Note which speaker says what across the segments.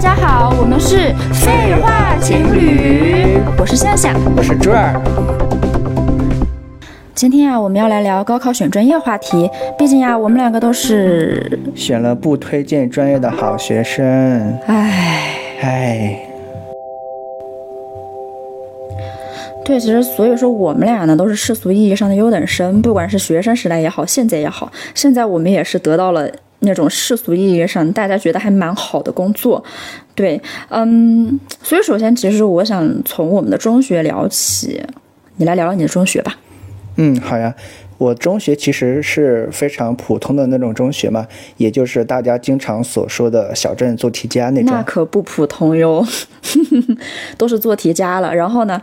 Speaker 1: 我们是废话情侣，我是夏夏。
Speaker 2: 我是这儿，
Speaker 1: 今天啊，我们要来聊高考选专业话题，毕竟呀、啊我们两个都是，
Speaker 2: 选了不推荐专业的好学生。
Speaker 1: 唉，
Speaker 2: 唉，
Speaker 1: 对，其实所以说我们俩呢都是世俗意义上的优等生，不管是学生时代也好，现在也好，现在我们也是得到了那种世俗意义上大家觉得还蛮好的工作，对，嗯，所以首先其实我想从我们的中学聊起，你来聊聊你的中学吧，
Speaker 2: 嗯，好呀。我中学其实是非常普通的那种中学嘛，也就是大家经常所说的小镇做题家那种
Speaker 1: 那。可不普通哟， 都是做题家了，然后呢？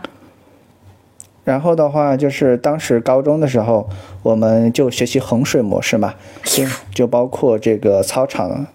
Speaker 2: 然后的话，就是当时高中的时候，我们就学习衡水模式嘛，就就包括这个操场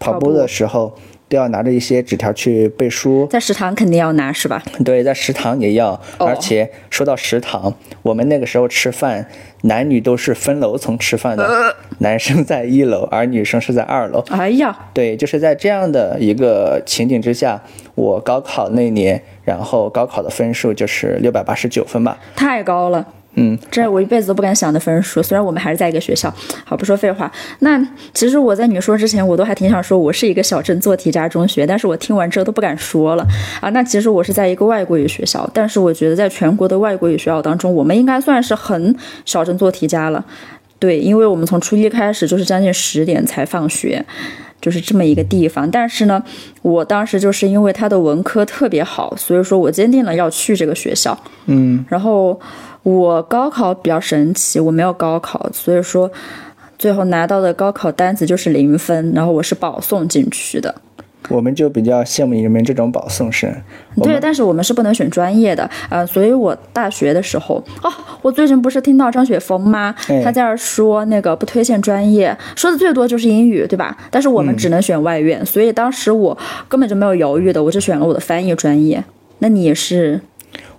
Speaker 2: 跑步的时候，都要拿着一些纸条去背书，
Speaker 1: 在食堂肯定要拿是吧？
Speaker 2: 对，在食堂也要，
Speaker 1: 哦
Speaker 2: 而且说到食堂，我们那个时候吃饭，男女都是分楼层吃饭的，
Speaker 1: 呃
Speaker 2: 男生在一楼，而女生是在二楼。
Speaker 1: 哎呀，
Speaker 2: 对，就是在这样的一个情景之下，我高考那年，然后高考的分数就是六百八十九分吧。
Speaker 1: 太高了。
Speaker 2: 嗯，
Speaker 1: 这我一辈子都不敢想的分数。虽然我们还是在一个学校，好不说废话。那其实我在你说之前，我都还挺想说我是一个小镇做题家中学，但是我听完之后都不敢说了啊。那其实我是在一个外国语学校，但是我觉得在全国的外国语学校当中，我们应该算是很小镇做题家了。对，因为我们从初一开始就是将近十点才放学，就是这么一个地方。但是呢，我当时就是因为它的文科特别好，所以说我坚定了要去这个学校。嗯，然后我高考比较神奇，我没有高考，所以说最后拿到的高考单子就是零分，然后我是保送进去的。
Speaker 2: 我们就比较羡慕你们这种保送生。我
Speaker 1: 对，
Speaker 2: 们
Speaker 1: 但是我们是不能选专业的，呃，所以我大学的时候，哦，我最近不是听到张雪峰吗？
Speaker 2: 哎
Speaker 1: 他在那儿说那个不推荐专业，说的最多就是英语，对吧？但是我
Speaker 2: 嗯
Speaker 1: 们只能选外院，所以当时我根本就没有犹豫的，我就选了我的翻译专业。那你也是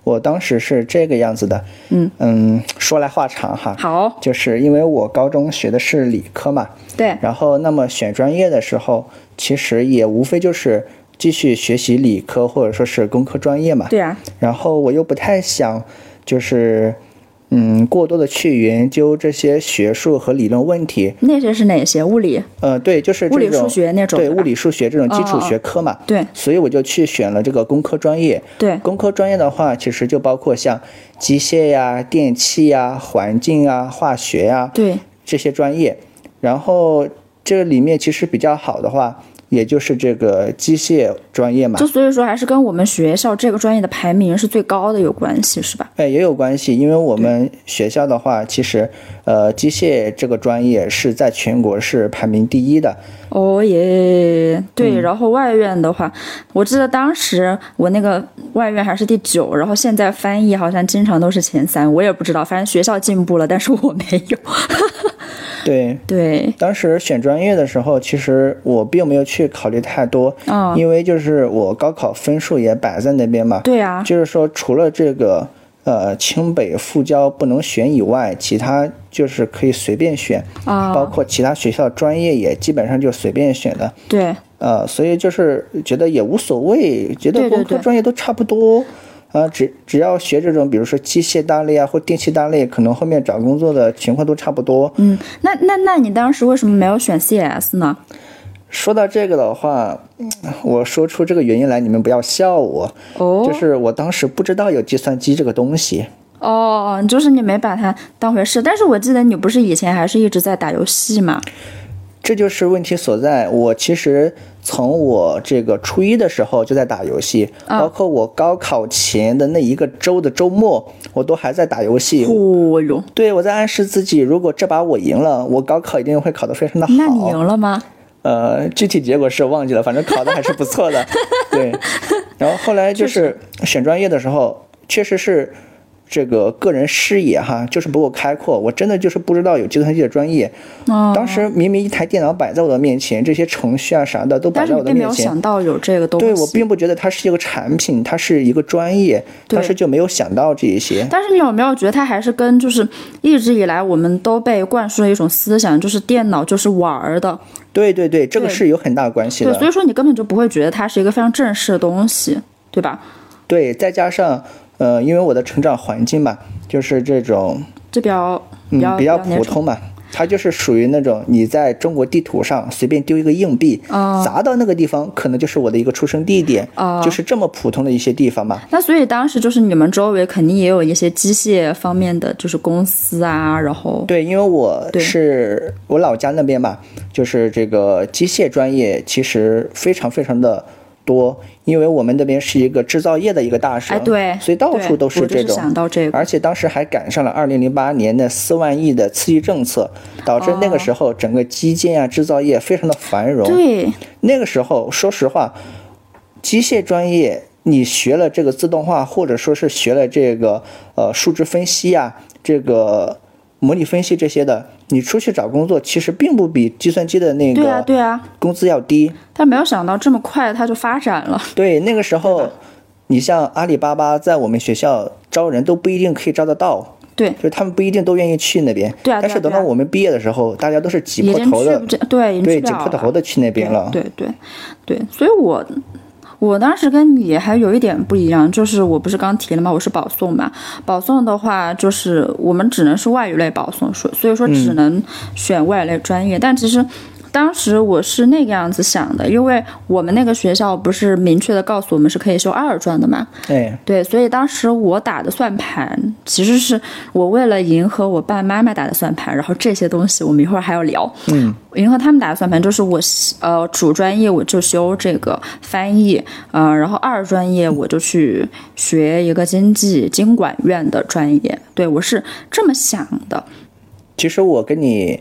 Speaker 2: 我当时是这个样子的。
Speaker 1: 嗯
Speaker 2: 嗯，说来话长哈。
Speaker 1: 好，
Speaker 2: 就是因为我高中学的是理科嘛，
Speaker 1: 对，
Speaker 2: 然后那么选专业的时候，其实也无非就是继续学习理科或者说是工科专业嘛。
Speaker 1: 对啊，
Speaker 2: 然后我又不太想，就是嗯，过多的去研究这些学术和理论问题。
Speaker 1: 那些是哪些？物理、
Speaker 2: 呃，对，就是
Speaker 1: 物
Speaker 2: 这
Speaker 1: 理、
Speaker 2: 种
Speaker 1: 数学那种，
Speaker 2: 对
Speaker 1: 吧
Speaker 2: 物理数学这种基础学科嘛。
Speaker 1: 哦对
Speaker 2: 所以我就去选了这个工科专业。
Speaker 1: 对，
Speaker 2: 工科专业的话，其实就包括像机械呀、电气呀、环境啊、化学呀、
Speaker 1: 对，
Speaker 2: 这些专业。然后这里面其实比较好的话，也就是这个机械专业嘛
Speaker 1: 就，所以说还是跟我们学校这个专业的排名是最高的有关系，是吧？
Speaker 2: 哎，也有关系。因为我们学校的话，其实呃，机械这个专业是在全国是排名第一的。
Speaker 1: 哦耶，嗯对，然后外院的话，我记得当时我那个外院还是第九，然后现在翻译好像经常都是前三，我也不知道，反正学校进步了，但是我没有。
Speaker 2: 对，
Speaker 1: 对，
Speaker 2: 当时选专业的时候，其实我并没有去考虑太多，
Speaker 1: 啊、
Speaker 2: 因为就是我高考分数也摆在那边嘛，
Speaker 1: 对啊，
Speaker 2: 就是说除了这个呃清北复交不能选以外，其他就是可以随便选，
Speaker 1: 啊、
Speaker 2: 包括其他学校专业也基本上就随便选的，
Speaker 1: 对，
Speaker 2: 呃，所以就是觉得也无所谓，觉
Speaker 1: 对对
Speaker 2: 得工
Speaker 1: 对
Speaker 2: 科专业都差不多。啊，只只要学这种，比如说机械大类啊，或电气大类，可能后面找工作的情况都差不多。
Speaker 1: 嗯，那那那你当时为什么没有选 CS 呢？
Speaker 2: 说到这个的话，嗯我说出这个原因来，你们不要笑我。
Speaker 1: 哦
Speaker 2: 就是我当时不知道有计算机这个东西，
Speaker 1: 哦，就是你没把它当回事，但是我记得你不是以前还是一直在打游戏吗？
Speaker 2: 这就是问题所在。我其实从我这个初一的时候就在打游戏，
Speaker 1: 啊
Speaker 2: 包括我高考前的那一个周的周末，我都还在打游戏。
Speaker 1: 哦哟，
Speaker 2: 对，我在暗示自己，如果这把我赢了，我高考一定会考得非常的好。
Speaker 1: 那你赢了吗？
Speaker 2: 呃，具体结果是忘记了，反正考的还是不 错的。对，然后后来就是选专业的时候，确实是这个个人视野哈，就是不够开阔。我真的就是不知道有计算机的专业。
Speaker 1: 哦
Speaker 2: 当时明明一台电脑摆在我的面前，这些程序啊啥的都摆
Speaker 1: 但是
Speaker 2: 在
Speaker 1: 你
Speaker 2: 我的
Speaker 1: 并没
Speaker 2: 面
Speaker 1: 有
Speaker 2: 前。
Speaker 1: 想到有这个东西。
Speaker 2: 对，我并不觉得它是一个产品，它是一个专业，
Speaker 1: 对
Speaker 2: 当时就没有想到这一些。
Speaker 1: 但是你有没有觉得它还是跟就是一直以来我们都被灌输的一种思想，就是电脑就是玩儿的，
Speaker 2: 对对对，这个
Speaker 1: 对
Speaker 2: 是有很大关系的。
Speaker 1: 对，所以说你根本就不会觉得它是一个非常正式的东西，对吧？
Speaker 2: 对，再加上呃，因为我的成长环境嘛，就是这种
Speaker 1: 这比较比较、
Speaker 2: 嗯比较
Speaker 1: 那
Speaker 2: 普
Speaker 1: 种，
Speaker 2: 通嘛，它就是属于那种你在中国地图上随便丢一个硬币，
Speaker 1: 哦
Speaker 2: 砸到那个地方，可能就是我的一个出生地点，就是这么普通的一些地方嘛。
Speaker 1: 那所以当时就是你们周围肯定也有一些机械方面的就是公司啊，然后
Speaker 2: 对，因为我
Speaker 1: 对
Speaker 2: 是我老家那边嘛，就是这个机械专业其实非常非常的多，因为我们那边是一个制造业的一个大省，
Speaker 1: 哎对，
Speaker 2: 啊所以到
Speaker 1: 对
Speaker 2: 处都是
Speaker 1: 我就
Speaker 2: 这种。
Speaker 1: 想到这个，
Speaker 2: 而且当时还赶上了2008年的四万亿的刺激政策，导致那个时候整个基建啊、制造业非常的繁荣。
Speaker 1: 对
Speaker 2: 那个时候，说实话，机械专业你学了这个自动化，或者说是学了这个呃数值分析啊，这个模拟分析这些的，你出去找工作其实并不比计算机的那
Speaker 1: 对啊
Speaker 2: 个
Speaker 1: 对啊，
Speaker 2: 工资要低。
Speaker 1: 但没有想到这么快它就发展了，
Speaker 2: 对，那个时候，你像阿里巴巴在我们学校招人都不一定可以招得到。
Speaker 1: 对
Speaker 2: 就是他们不一定都愿意去那边。
Speaker 1: 对啊对啊
Speaker 2: 但是等到
Speaker 1: 对啊
Speaker 2: 我们毕业的时候，大家都是挤
Speaker 1: 已
Speaker 2: 破
Speaker 1: 经
Speaker 2: 头
Speaker 1: 去
Speaker 2: 的
Speaker 1: 不，这对已经
Speaker 2: 对，
Speaker 1: 去
Speaker 2: 挤
Speaker 1: 不了
Speaker 2: 破
Speaker 1: 了
Speaker 2: 头的去那边了。
Speaker 1: 对对对，所以我我当时跟你还有一点不一样，就是我不是刚提了吗？我是保送嘛，保送的话就是我们只能是外语类保送，所所以说只能选外语类专业，但其实。当时我是那个样子想的，因为我们那个学校不是明确的告诉我们是可以修二专的嘛，
Speaker 2: 哎，
Speaker 1: 对，所以当时我打的算盘其实是我为了迎合我爸妈妈打的算盘，然后这些东西我们一会儿还要聊。嗯，迎合他们打的算盘就是我呃主专业我就修这个翻译，呃，然后二专业我就去学一个经济经管院的专业。对我是这么想的。
Speaker 2: 其实我跟你，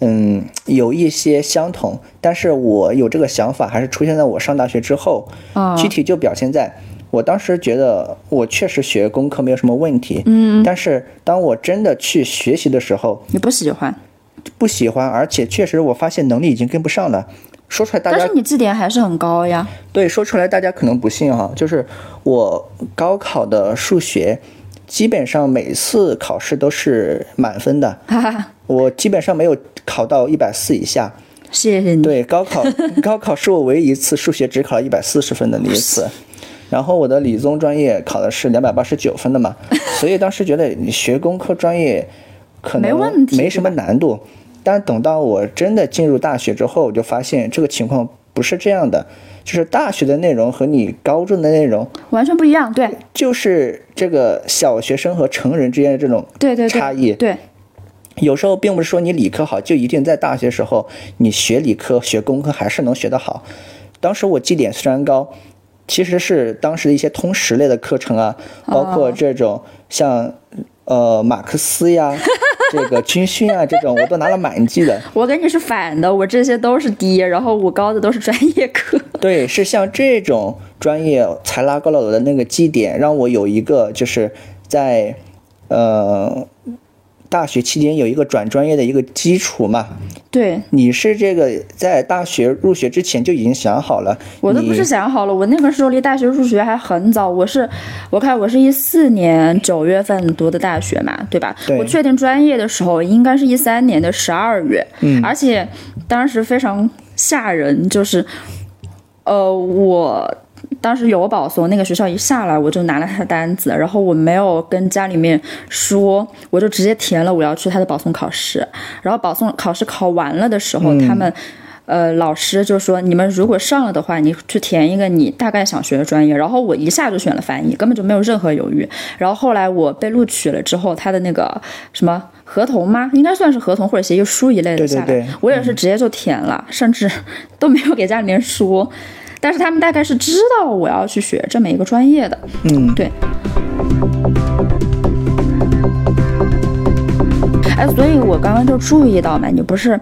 Speaker 2: 嗯，有一些相同，但是我有这个想法还是出现在我上大学之后，具体就表现在。我当时觉得我确实学功课没有什么问题，嗯，但是当我真的去学习的时候，
Speaker 1: 你不喜欢，
Speaker 2: 不喜欢，而且确实我发现能力已经跟不上了。说出来大
Speaker 1: 但
Speaker 2: 家
Speaker 1: 是你绩点还是很高呀。
Speaker 2: 对，说出来大家可能不信哈、就是我高考的数学，基本上每次考试都是满分的，
Speaker 1: 哈哈，
Speaker 2: 我基本上没有考到一百四以下。
Speaker 1: 谢谢你。
Speaker 2: 对，高考高考是我唯一一次数学只考了一百四十分的那一次。然后我的理综专业考的是两百八十九分的嘛，所以当时觉得你学工科专业可
Speaker 1: 没
Speaker 2: 能
Speaker 1: 问题
Speaker 2: 没什么难度。但等到我真的进入大学之后，我就发现这个情况不是这样的，就是大学的内容和你高中的内容，
Speaker 1: 完全不一样。对
Speaker 2: 就是这个小学生和成人之间的这种
Speaker 1: 对对对
Speaker 2: 差异。
Speaker 1: 对，
Speaker 2: 有时候并不是说你理科好就一定在大学时候你学理科学工科还是能学得好。当时我绩点虽然高，其实是当时的一些通识类的课程啊，包括这种像呃马克思呀、这个军训啊这种，我都拿了满绩的。
Speaker 1: 我跟你是反的，我这些都是低，然后我高的都是专业 课。
Speaker 2: 对，是像这种专业才拉高了我的那个绩点，让我有一个就是在呃大学期间有一个转专业的一个基础嘛。
Speaker 1: 对，
Speaker 2: 你是这个在大学入学之前就已经想好了，
Speaker 1: 我都不是
Speaker 2: 你
Speaker 1: 想好了，我那个时候离大学入学还很早，我是，我看我是一四年九月份读的大学嘛，对吧？
Speaker 2: 对
Speaker 1: 我确定专业的时候应该是一三年的十二月，嗯，而且当时非常吓人，就是，呃，我。当时有保送，那个学校一下来我就拿了他的单子，然后我没有跟家里面说，我就直接填了我要去他的保送考试。然后保送考试考完了的时候，
Speaker 2: 嗯
Speaker 1: 他们呃，老师就说你们如果上了的话，你去填一个你大概想学的专业。然后我一下就选了翻译，根本就没有任何犹豫。然后后来我被录取了之后，他的那个什么合同吗？应该算是合同或者协议书一类的
Speaker 2: 对对
Speaker 1: 下来，
Speaker 2: 对嗯
Speaker 1: 我也是直接就填了，甚至都没有给家里面说。但是他们大概是知道我要去学这么一个专业的，
Speaker 2: 嗯，
Speaker 1: 对。哎，所以我刚刚就注意到嘛，你不是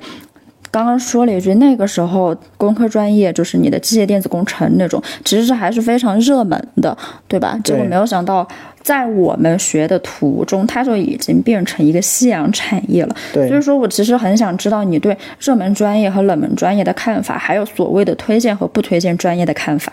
Speaker 1: 刚刚说了一句，那个时候工科专业就是你的机械电子工程那种，其实是还是非常热门的，对吧？结果
Speaker 2: 对
Speaker 1: 没有想到，在我们学的途中，它就已经变成一个夕阳产业了。
Speaker 2: 对
Speaker 1: 所以说我其实很想知道你对热门专业和冷门专业的看法，还有所谓的推荐和不推荐专业的看法。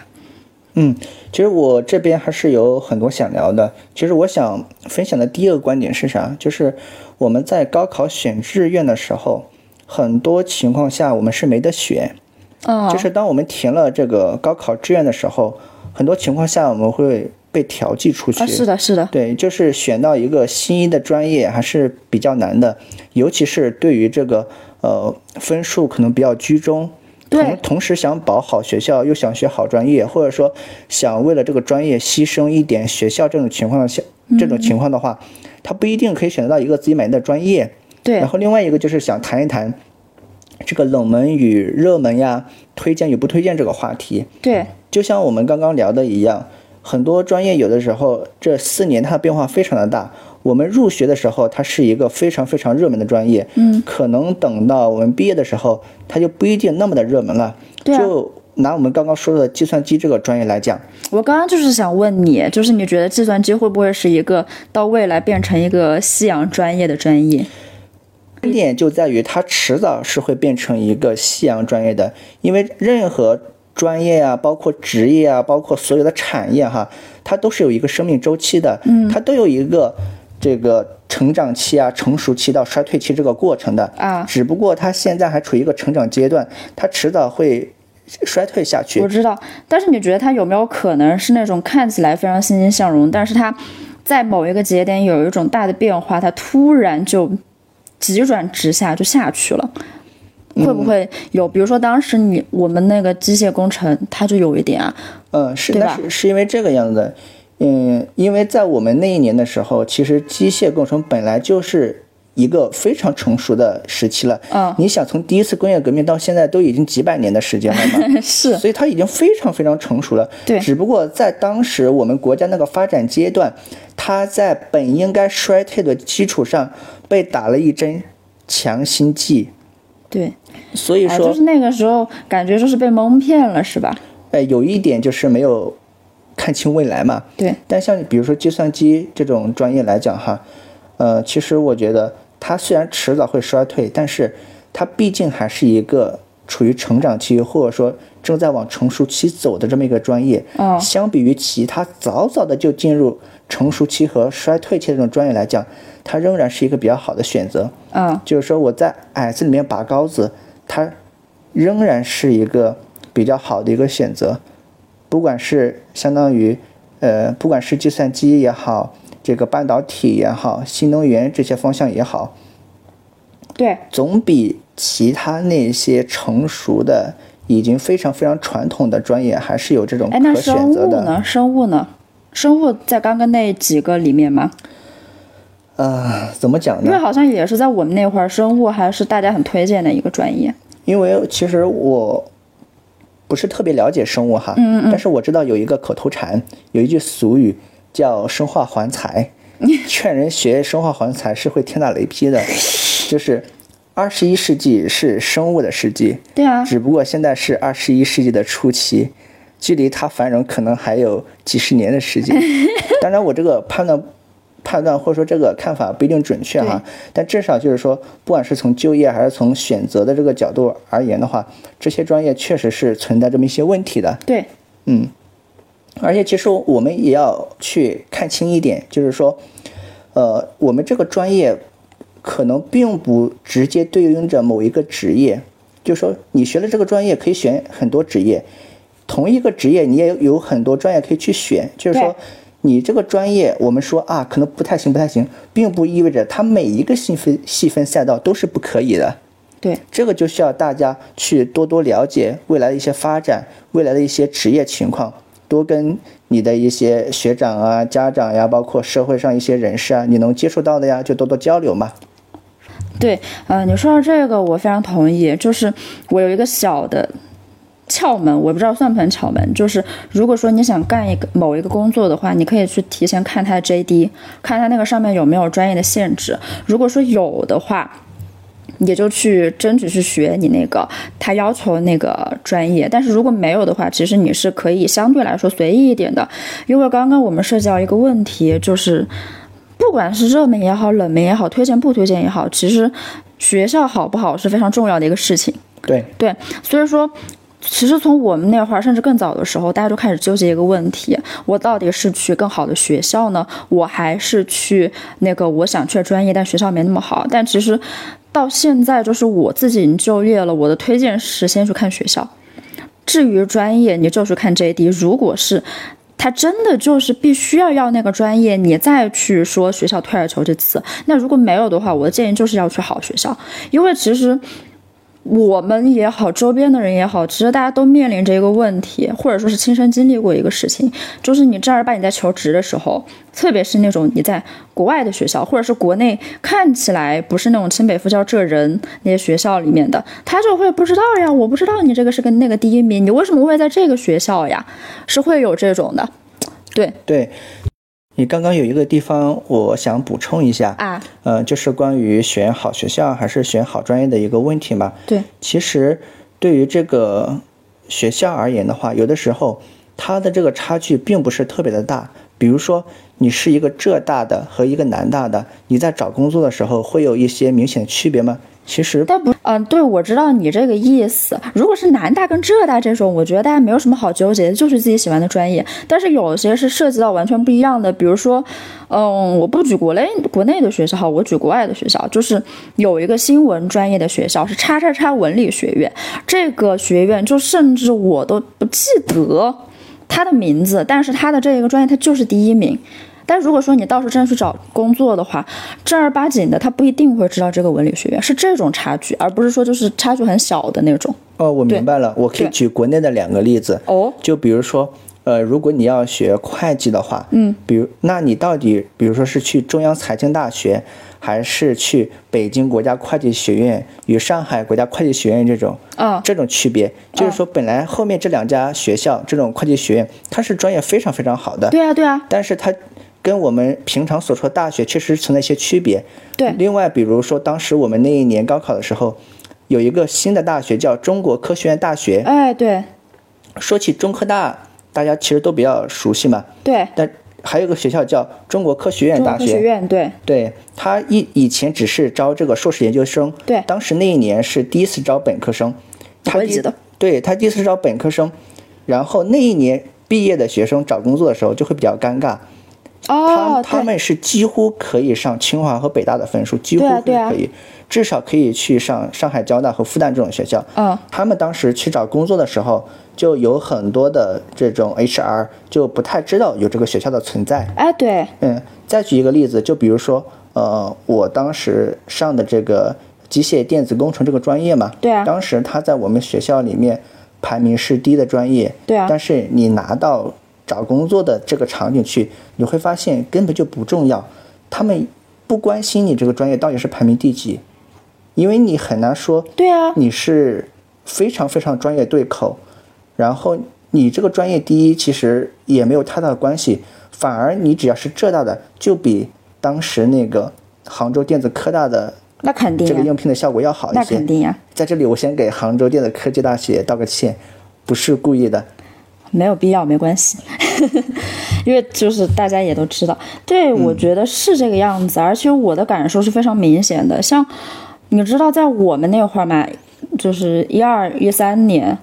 Speaker 2: 嗯，其实我这边还是有很多想聊的。其实我想分享的第一个观点是啥？就是我们在高考选志愿的时候，很多情况下我们是没得选。
Speaker 1: 嗯，
Speaker 2: 就是当我们填了这个高考志愿的时候，很多情况下我们会被调剂出去。
Speaker 1: 啊，是的，是的，
Speaker 2: 对，就是选到一个心仪的专业还是比较难的，尤其是对于这个呃分数可能比较居中，
Speaker 1: 对
Speaker 2: 同同时想保好学校又想学好专业，或者说想为了这个专业牺牲一点学校这种情况下，
Speaker 1: 嗯
Speaker 2: 这种情况的话，他不一定可以选择到一个自己满意的专业。
Speaker 1: 对
Speaker 2: 然，后另外一个就是想谈一谈这个冷门与热门呀，推荐与不推荐这个话题。
Speaker 1: 对，
Speaker 2: 就像我们刚刚聊的一样，很多专业有的时候这四年它的变化非常的大。我们入学的时候，它是一个非常非常热门的专业，
Speaker 1: 嗯，
Speaker 2: 可能等到我们毕业的时候，它就不一定那么的热门了。
Speaker 1: 对啊
Speaker 2: 就拿我们刚刚说的计算机这个专业来讲，
Speaker 1: 我刚刚就是想问你，就是你觉得计算机会不会是一个到未来变成一个夕阳专业的专业？
Speaker 2: 观点就在于它迟早是会变成一个夕阳专业的，因为任何专业啊，包括职业啊，包括所有的产业哈，它都是有一个生命周期的，嗯，它都有一个这个成长期啊、成熟期到衰退期这个过程的
Speaker 1: 啊
Speaker 2: 只不过它现在还处于一个成长阶段，它迟早会衰退下去
Speaker 1: 我。知道，但是你觉得它有没有可能是那种看起来非常欣欣向荣，但是它在某一个节点有一种大的变化，它突然就急转直下就下去了？会不会有？比如说当时你我们那个机械工程，它就有一点啊，
Speaker 2: 嗯，是，
Speaker 1: 对吧
Speaker 2: 但是是因为这个样子的，嗯，因为在我们那一年的时候，其实机械工程本来就是一个非常成熟的时期了。
Speaker 1: 嗯
Speaker 2: 你想从第一次工业革命到现在都已经几百年的时间了 嘛，
Speaker 1: 是
Speaker 2: 所以它已经非常非常成熟了。
Speaker 1: 对
Speaker 2: 只不过在当时我们国家那个发展阶段，它在本应该衰退的基础上被打了一针强心剂，
Speaker 1: 对，
Speaker 2: 所以
Speaker 1: 哎，
Speaker 2: 说，
Speaker 1: 就是那个时候感觉就是被蒙骗了，是吧？
Speaker 2: 哎，有一点就是没有看清未来嘛。
Speaker 1: 对，
Speaker 2: 但像比如说计算机这种专业来讲哈，呃，其实我觉得它虽然迟早会衰退，但是它毕竟还是一个处于成长期或者说正在往成熟期走的这么一个专业。
Speaker 1: 哦
Speaker 2: 相比于其他早早的就进入成熟期和衰退期的这种专业来讲，它仍然是一个比较好的选择。
Speaker 1: 嗯，
Speaker 2: 就是说我在矮子里面拔高子，它仍然是一个比较好的一个选择。不管是相当于，呃，不管是计算机也好，这个半导体也好，新能源这些方向也好，
Speaker 1: 对，
Speaker 2: 总比其他那些成熟的、已经非常非常传统的专业还是有这种
Speaker 1: 哎，那
Speaker 2: 可选
Speaker 1: 生
Speaker 2: 择
Speaker 1: 物
Speaker 2: 的。
Speaker 1: 呢？生物呢？生物在刚刚那几个里面吗？
Speaker 2: 呃，怎么讲
Speaker 1: 因为
Speaker 2: 呢？
Speaker 1: 好像也是在我们那会儿，生物还是大家很推荐的一个专业。
Speaker 2: 因为其实我不是特别了解生物哈，但是我知道有一个口头禅，有一句俗语叫“生化还财”，劝人学生化还财是会天打雷劈的，就是二十一世纪是生物的世纪，
Speaker 1: 对啊，
Speaker 2: 只不过现在是二十一世纪的初期，距离它繁荣可能还有几十年的时间。当然，我这个判断。判断或者说这个看法不一定准确哈，但至少就是说，不管是从就业还是从选择的这个角度而言的话，这些专业确实是存在这么一些问题的。
Speaker 1: 对，
Speaker 2: 而且其实我们也要去看清一点，就是说，呃，我们这个专业可能并不直接对应着某一个职业，就是说你学了这个专业可以选很多职业，同一个职业你也有有很多专业可以去选，就是
Speaker 1: 对
Speaker 2: 说。你这个专业，我们说啊，可能不太行，不太行，并不意味着它每一个细分细分赛道都是不可以的。
Speaker 1: 对，
Speaker 2: 这个就需要大家去多多了解未来的一些发展，未来的一些职业情况，多跟你的一些学长啊、家长呀，包括社会上一些人士啊，你能接触到的呀，就多多交流嘛。
Speaker 1: 对，呃，你说到这个，我非常同意。就是我有一个小的窍门，我不知道算不算窍门，就是如果说你想干一个某一个工作的话，你可以去提前看它的 JD，看它那个上面有没有专业的限制。如果说有的话，也就去争取去学你那个他要求的那个专业，但是如果没有的话，其实你是可以相对来说随意一点的，因为刚刚我们涉及到一个问题，就是不管是热门也好、冷门也好、推荐不推荐也好，其实学校好不好是非常重要的一个事情。
Speaker 2: 对，
Speaker 1: 对，所以说，其实从我们那会儿甚至更早的时候，大家就开始纠结一个问题：我到底是去更好的学校呢，我还是去那个我想去的专业，但学校没那么好？但其实到现在就是我自己已经就业了，我的推荐是先去看学校，至于专业你就去看 JD。如果是他真的就是必须要要那个专业，你再去说学校退而求其次。那如果没有的话，我的建议就是要去好学校，因为其实。我们也好，周边的人也好，其实大家都面临着一个问题，或者说是亲身经历过一个事情，就是你正儿八经在求职的时候，特别是那种你在国外的学校，或者是国内看起来不是那种清北复校浙人那些学校里面的，他就会不知道呀，我不知道你这个是跟那个第一名，你为什么会在这个学校呀？是会有这种的，对
Speaker 2: 对。你刚刚有一个地方，我想补充一下
Speaker 1: 啊，
Speaker 2: 呃，就是关于选好学校还是选好专业的一个问题嘛。
Speaker 1: 对，
Speaker 2: 其实对于这个学校而言的话，有的时候它的这个差距并不是特别的大。比如说，你是一个浙大的和一个南大的，你在找工作的时候会有一些明显的区别吗？其实，
Speaker 1: 但不，嗯、呃，对，我知道你这个意思。如果是南大跟浙大这种，我觉得大家没有什么好纠结的，就是自己喜欢的专业。但是有些是涉及到完全不一样的，比如说，嗯，我不举国内国内的学校，我举国外的学校，就是有一个新闻专业的学校是叉叉叉文理学院，这个学院就甚至我都不记得它的名字，但是它的这一个专业它就是第一名。但如果说你到时候真的去找工作的话，正儿八经的他不一定会知道这个文理学院是这种差距，而不是说就是差距很小的那种。
Speaker 2: 哦，我明白了，我可以举国内的两个例子。
Speaker 1: 哦，
Speaker 2: 就比如说，呃，如果你要学会计的话，
Speaker 1: 嗯，
Speaker 2: 比如那你到底，比如说是去中央财经大学，还是去北京国家会计学院与上海国家会计学院这种，
Speaker 1: 啊、哦，
Speaker 2: 这种区别，就是说本来后面这两家学校，这种会计学院它是专业非常非常好的。
Speaker 1: 对啊，对啊，
Speaker 2: 但是它。跟我们平常所说大学确实存在一些区别。
Speaker 1: 对，
Speaker 2: 另外比如说，当时我们那一年高考的时候，有一个新的大学叫中国科学院大学。
Speaker 1: 哎，对。
Speaker 2: 说起中科大，大家其实都比较熟悉嘛。
Speaker 1: 对。
Speaker 2: 但还有个学校叫中国科学院大学。
Speaker 1: 科学院对。
Speaker 2: 对，它以以前只是招这个硕士研究生。
Speaker 1: 对。
Speaker 2: 当时那一年是第一次招本科生。
Speaker 1: 我记得。
Speaker 2: 对他第一次招本科生，然后那一年毕业的学生找工作的时候就会比较尴尬。
Speaker 1: 哦，
Speaker 2: 他他们是几乎可以上清华和北大的分数，几乎
Speaker 1: 对啊对啊
Speaker 2: 可以，至少可以去上上海交大和复旦这种学校。
Speaker 1: 嗯，
Speaker 2: 他们当时去找工作的时候，就有很多的这种 HR 就不太知道有这个学校的存在。
Speaker 1: 哎，对，
Speaker 2: 嗯，再举一个例子，就比如说，呃，我当时上的这个机械电子工程这个专业嘛，
Speaker 1: 对啊
Speaker 2: 当时他在我们学校里面排名是第一的专业，
Speaker 1: 对啊
Speaker 2: 但是你拿到找工作的这个场景去，你会发现根本就不重要，他们不关心你这个专业到底是排名第几，因为你很难说
Speaker 1: 对啊，
Speaker 2: 你是非常非常专业对口，然后你这个专业第一其实也没有太大的关系，反而你只要是浙大的，就比当时那个杭州电子科大的
Speaker 1: 那肯定
Speaker 2: 这个
Speaker 1: 呀，
Speaker 2: 应聘的效果要好
Speaker 1: 那
Speaker 2: 一些
Speaker 1: 肯。定呀，啊
Speaker 2: 在这里，我先给杭州电子科技大学道个歉，不是故意的。
Speaker 1: 没有必要，没关系， 因为就是大家也都知道，对，
Speaker 2: 嗯
Speaker 1: 我觉得是这个样子，而且我的感受是非常明显的。像你知道，在我们那会儿嘛，就是一二一三年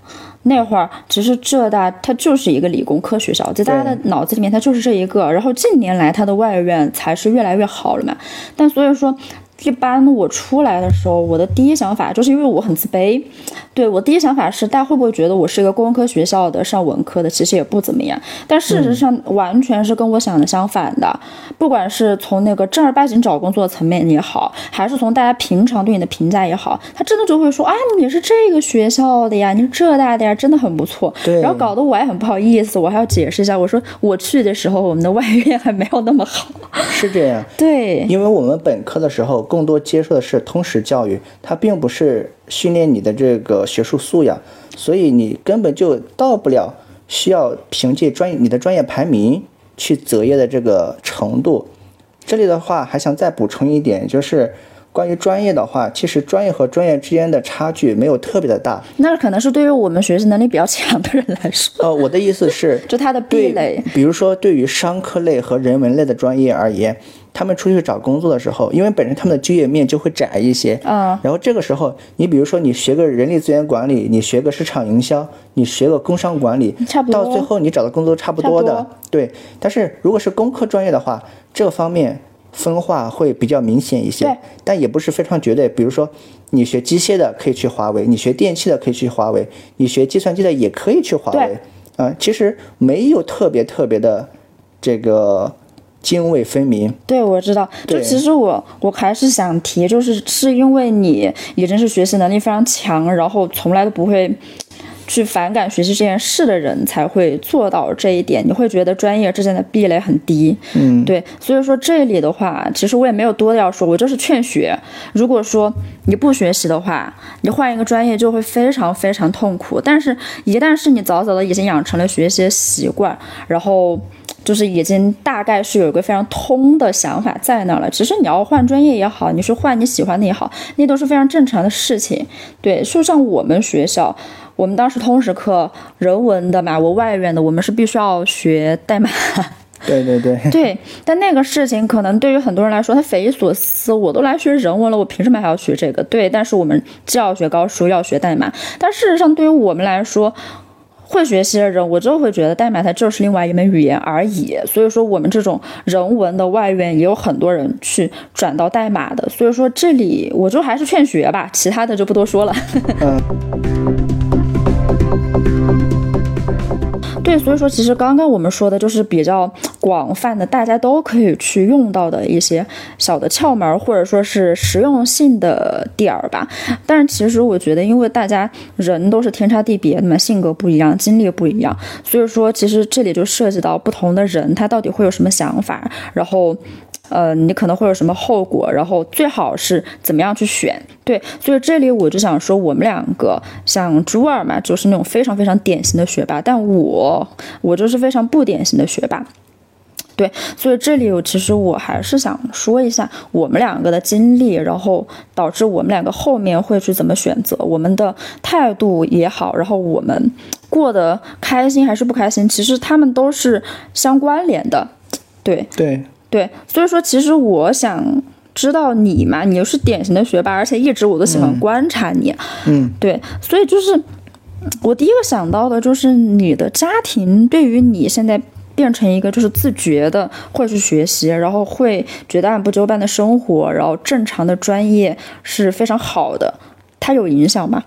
Speaker 1: 那会儿，其实浙大它就是一个理工科学校，在大家的脑子里面它就是这一个。然后近年来它的外院才是越来越好了嘛，但所以说。一般我出来的时候，我的第一想法就是因为我很自卑，对我第一想法是，大家会不会觉得我是一个工科学校的上文科的，其实也不怎么样。但事实上，完全是跟我想的相反的。不管是从那个正儿八经找工作层面也好，还是从大家平常对你的评价也好，他真的就会说啊，你是这个学校的呀，你是浙大的呀，真的很不错。
Speaker 2: 对
Speaker 1: 然后搞得我还很不好意思，我还要解释一下，我说我去的时候，我们的外院还没有那么好。
Speaker 2: 是这样，
Speaker 1: 对，
Speaker 2: 因为我们本科的时候更多接受的是通识教育，它并不是训练你的这个学术素养，所以你根本就到不了需要凭借专业你的专业排名去择业的这个程度。这里的话还想再补充一点，就是关于专业的话，其实专业和专业之间的差距没有特别的大。
Speaker 1: 那可能是对于我们学习能力比较强的人来说，
Speaker 2: 呃，我的意思是
Speaker 1: ，就他的
Speaker 2: 对
Speaker 1: 壁垒。，
Speaker 2: 比如说对于商科类和人文类的专业而言，他们出去找工作的时候，因为本身他们的就业面就会窄一些，
Speaker 1: 嗯，
Speaker 2: 然后这个时候，你比如说你学个人力资源管理，你学个市场营销，你学个工商管理，
Speaker 1: 差不多
Speaker 2: 到最后你找的工作差不多的，
Speaker 1: 差不多
Speaker 2: 对。但是如果是工科专业的话，这方面分化会比较明显一些
Speaker 1: 对，
Speaker 2: 但也不是非常绝对。比如说，你学机械的可以去华为，你学电器的可以去华为，你学计算机的也可以去华为
Speaker 1: 对。
Speaker 2: 啊、其实没有特别特别的这个泾渭分明。
Speaker 1: 对，我知道。就
Speaker 2: 对
Speaker 1: 其实我我还是想提，就是是因为你已经是学习能力非常强，然后从来都不会去反感学习这件事的人，才会做到这一点。你会觉得专业之间的壁垒很低。
Speaker 2: 嗯，
Speaker 1: 对，所以说这里的话，其实我也没有多的要说，我就是劝学。如果说你不学习的话，你换一个专业就会非常非常痛苦。但是，一旦是你早早的已经养成了学习的习惯，然后就是已经大概是有一个非常通的想法在那儿了。其实你要换专业也好，你去换你喜欢的也好，那都是非常正常的事情。对，就像我们学校。我们当时通识课人文的嘛，我外院的，我们是必须要学代码，
Speaker 2: 对对对，
Speaker 1: 对，但那个事情可能对于很多人来说，他匪夷所思。我都来学人文了，我凭什么还要学这个？对，但是我们既要学高数，又要学代码。但事实上，对于我们来说，会学习的人，我就会觉得代码它就是另外一门语言而已。所以说，我们这种人文的外援也有很多人去转到代码的。所以说，这里我就还是劝学吧，其他的就不多说了。对，所以说其实刚刚我们说的就是比较广泛的，大家都可以去用到的一些小的窍门儿，或者说是实用性的点儿吧。但是其实我觉得，因为大家人都是天差地别的嘛，性格不一样，经历不一样，所以说其实这里就涉及到不同的人，他到底会有什么想法，然后。呃，你可能会有什么后果，然后最好是怎么样去选，对，所以这里我就想说，我们两个像朱二嘛，就是那种非常非常典型的学霸，但我我就是非常不典型的学霸。对，所以这里我其实我还是想说一下我们两个的经历，然后导致我们两个后面会去怎么选择，我们的态度也好，然后我们过得开心还是不开心，其实他们都是相关联的。对，
Speaker 2: 对，
Speaker 1: 对，所以说其实我想知道你嘛，你又是典型的学霸，而且一直我都喜欢观察你。
Speaker 2: 嗯，
Speaker 1: 对，所以就是嗯我第一个想到的就是你的家庭对于你现在。变成一个就是自觉的会去学习，然后会觉得按部就班的生活，然后正常的专业是非常好的，它有影响吗？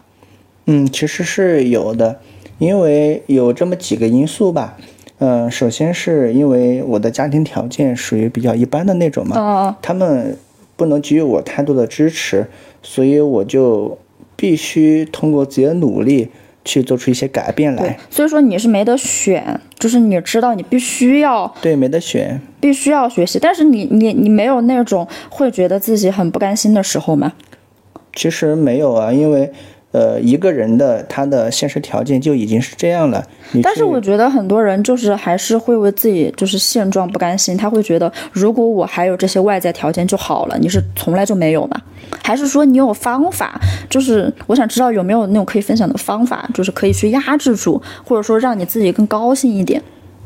Speaker 2: 嗯，其实是有的，因为有这么几个因素吧。嗯、首先是因为我的家庭条件属于比较一般的那种嘛，
Speaker 1: 啊、
Speaker 2: 他们不能给予我太多的支持，所以我就必须通过自己的努力去做出一些改变
Speaker 1: 对
Speaker 2: 来。，
Speaker 1: 所以说你是没得选，就是你知道你必须要
Speaker 2: 对，没得选。
Speaker 1: 必须要学习，但是你你你没有那种会觉得自己很不甘心的时候吗？
Speaker 2: 其实没有啊，因为呃，一个人的他的现实条件就已经是这样了。你
Speaker 1: 但是
Speaker 2: 去
Speaker 1: 我觉得很多人就是还是会为自己就是现状不甘心，他会觉得如果我还有这些外在条件就好了。你是从来就没有吗？还是说你有方法？就是我想知道有没有那种可以分享的方法，就是可以去压制住，或者说让你自己更高兴一点。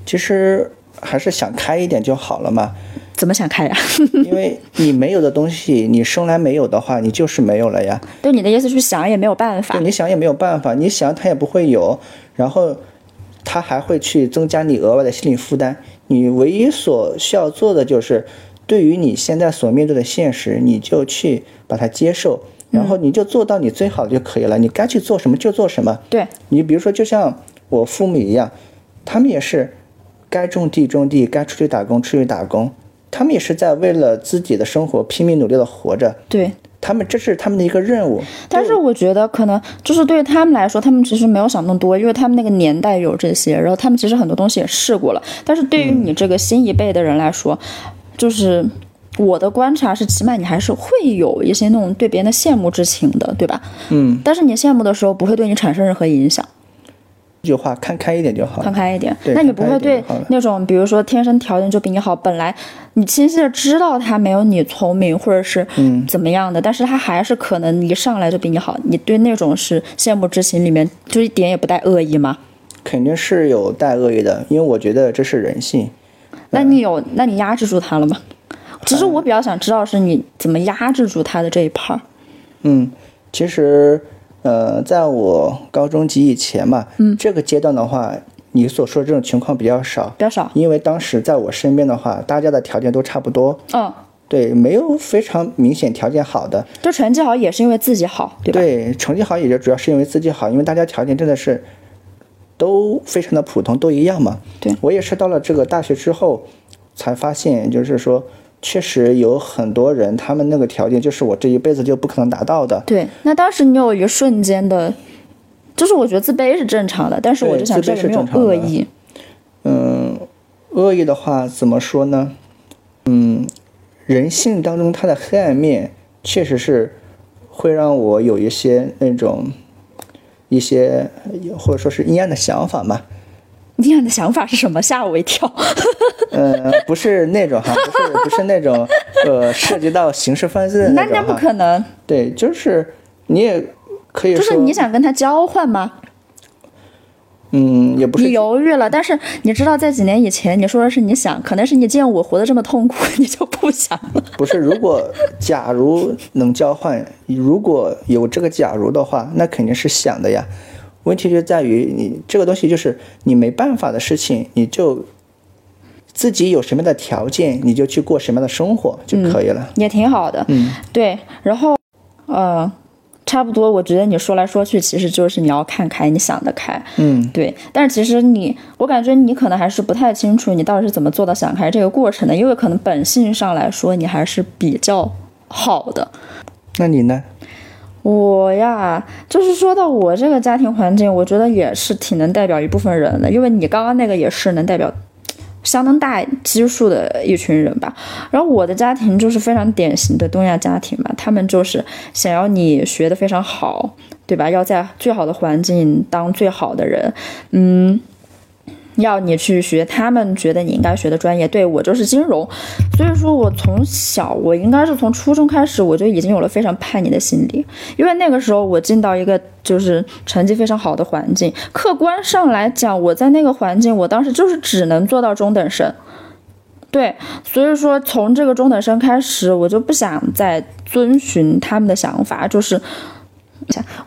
Speaker 2: 其实还是想开一点就好了嘛。
Speaker 1: 怎么想开呀、
Speaker 2: 因为你没有的东西，你生来没有的话，你就是没有了呀。
Speaker 1: 对你的意思去想也没有办法
Speaker 2: 对，。你想也没有办法，你想它也不会有，然后它还会去增加你额外的心理负担。你唯一所需要做的就是，对于你现在所面对的现实，你就去把它接受，
Speaker 1: 嗯
Speaker 2: 然后你就做到你最好的就可以了。你该去做什么就做什么。
Speaker 1: 对
Speaker 2: 你比如说，就像我父母一样，他们也是该种地种地，该出去打工出去打工，他们也是在为了自己的生活拼命努力的活着。
Speaker 1: 对，
Speaker 2: 他们这是他们的一个任务，
Speaker 1: 但是我觉得可能就是对于他们来说，他们其实没有想那么多，因为他们那个年代有这些，然后他们其实很多东西也试过了。但是对于你这个新一辈的人来说，就是我的观察是，起码你还是会有一些那种对别人的羡慕之情的，对吧？嗯。但是你羡慕的时候，不会对你产生任何影响。
Speaker 2: 这句话看开一点就好
Speaker 1: 看
Speaker 2: 了。
Speaker 1: 开一点。
Speaker 2: 对
Speaker 1: 那你
Speaker 2: 看
Speaker 1: 不
Speaker 2: 开一
Speaker 1: 会对
Speaker 2: 点就好了
Speaker 1: 那种比如说天生条件就比你好，本来你清晰的知道他没有你聪明或者是
Speaker 2: 嗯
Speaker 1: 怎么样的，但是他还是可能一上来就比你好，你对那种是羡慕之情，里面就一点也不带恶意吗？
Speaker 2: 肯定是有带恶意的，因为我觉得这是人性。
Speaker 1: 那
Speaker 2: 嗯
Speaker 1: 你有，那你压制住他了吗？其实我比较想知道是你怎么压制住他的这一 part。
Speaker 2: 嗯，其实，呃，在我高中及以前嘛，嗯，这个阶段的话，你所说的这种情况比较少，
Speaker 1: 比较少。
Speaker 2: 因为当时在我身边的话，大家的条件都差不多，
Speaker 1: 嗯，
Speaker 2: 对，没有非常明显条件好的，
Speaker 1: 就成绩好也是因为自己好，对吧？
Speaker 2: 对，成绩好也就主要是因为自己好，因为大家条件真的是都非常的普通，都一样嘛。
Speaker 1: 对
Speaker 2: 我也是到了这个大学之后，才发现就是说，确实有很多人他们那个条件就是我这一辈子就不可能达到的。
Speaker 1: 对，那当时你有一个瞬间的，就是我觉得自卑是正常的，但是我
Speaker 2: 对
Speaker 1: 就想
Speaker 2: 自
Speaker 1: 这
Speaker 2: 卑
Speaker 1: 个
Speaker 2: 是
Speaker 1: 没有
Speaker 2: 正常的
Speaker 1: 恶意，
Speaker 2: 嗯，恶意的话怎么说呢？嗯，人性当中它的黑暗面确实是会让我有一些那种一些或者说是阴暗的想法嘛。
Speaker 1: 你俩的想法是什么？吓我一 跳。
Speaker 2: 呃，不是那 种哈，不是不是那种呃涉及到刑事犯罪的
Speaker 1: 那
Speaker 2: 种
Speaker 1: 那不
Speaker 2: 哈。
Speaker 1: 可能，
Speaker 2: 对，就是你也可以
Speaker 1: 就
Speaker 2: 说，
Speaker 1: 是你想跟他交换吗？
Speaker 2: 嗯，也不
Speaker 1: 你
Speaker 2: 是
Speaker 1: 犹豫了，但是你知道，在几年以前，你说的是你想，可能是你见我活得这么痛苦， 你就不想了。
Speaker 2: 不是，如果假如能交换，如果有这个假如的话，那肯定是想的呀。问题就在于你这个东西就是你没办法的事情，你就自己有什么样的条件，你就去过什么样的生活就
Speaker 1: 嗯
Speaker 2: 可以了。
Speaker 1: 也挺好的。
Speaker 2: 嗯，
Speaker 1: 对。然后，呃，差不多，我觉得你说来说去，其实就是你要看开，你想得开。
Speaker 2: 嗯，
Speaker 1: 对，但是其实你，我感觉你可能还是不太清楚你到底是怎么做到想开这个过程的，因为可能本性上来说，你还是比较好的。
Speaker 2: 那你呢？
Speaker 1: 我呀，就是说到我这个家庭环境，我觉得也是挺能代表一部分人的，因为你刚刚那个也是能代表相当大基数的一群人吧。然后我的家庭就是非常典型的东亚家庭嘛，他们就是想要你学得非常好，对吧？要在最好的环境当最好的人，嗯。要你去学他们觉得你应该学的专业，对我就是金融，所以说我从小，我应该是从初中开始，我就已经有了非常叛逆的心理，因为那个时候我进到一个就是成绩非常好的环境，客观上来讲，我在那个环境，我当时就是只能做到中等生。对，所以说从这个中等生开始，我就不想再遵循他们的想法，就是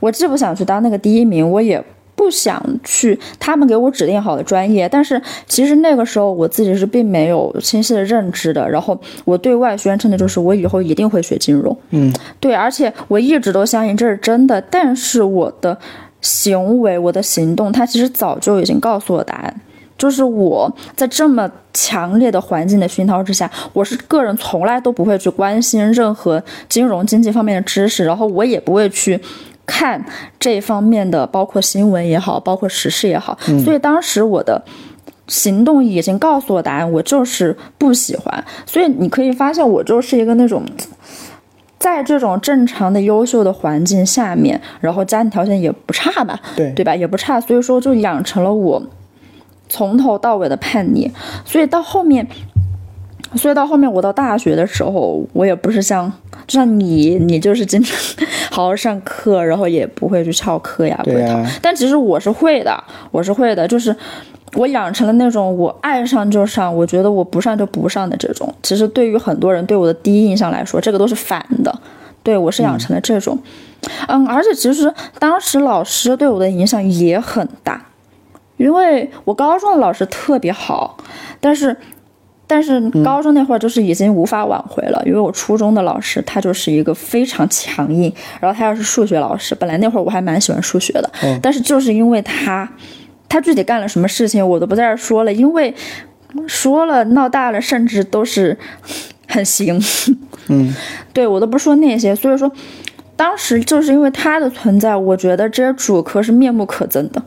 Speaker 1: 我既不想去当那个第一名，我也不想去他们给我指定好的专业。但是其实那个时候我自己是并没有清晰的认知的，然后我对外宣称的就是我以后一定会学金融。
Speaker 2: 嗯，
Speaker 1: 对，而且我一直都相信这是真的，但是我的行为、我的行动，它其实早就已经告诉我答案。就是我在这么强烈的环境的熏陶之下，我是个人从来都不会去关心任何金融经济方面的知识，然后我也不会去看这方面的，包括新闻也好，包括时事也好。所以当时我的行动已经告诉我答案，我就是不喜欢。所以你可以发现，我就是一个那种。在这种正常的优秀的环境下面，然后家庭条件也不差吧，
Speaker 2: 对
Speaker 1: 对吧？也不差，所以说就养成了我从头到尾的叛逆，所以到后面，所以到后面我到大学的时候，我也不是像就像你，你就是经常好好上课，然后也不会去翘课呀，不
Speaker 2: 对
Speaker 1: 会
Speaker 2: 呀、
Speaker 1: 逃。但其实我是会的，我是会的，就是我养成了那种我爱上就上，我觉得我不上就不上的这种。其实对于很多人对我的第一印象来说，这个都是反的。对我是养成了这种，嗯而且其实当时老师对我的影响也很大，因为我高中的老师特别好，但是。但是高中那会儿就是已经无法挽回了，因为我初中的老师他就是一个非常强硬，然后他又是数学老师，本来那会儿我还蛮喜欢数学的，但是就是因为他，他具体干了什么事情我都不在这儿说了，因为说了闹大了，甚至都是很行，
Speaker 2: 嗯，
Speaker 1: 对我都不说那些，所以说当时就是因为他的存在，我觉得这些主科是面目可憎的，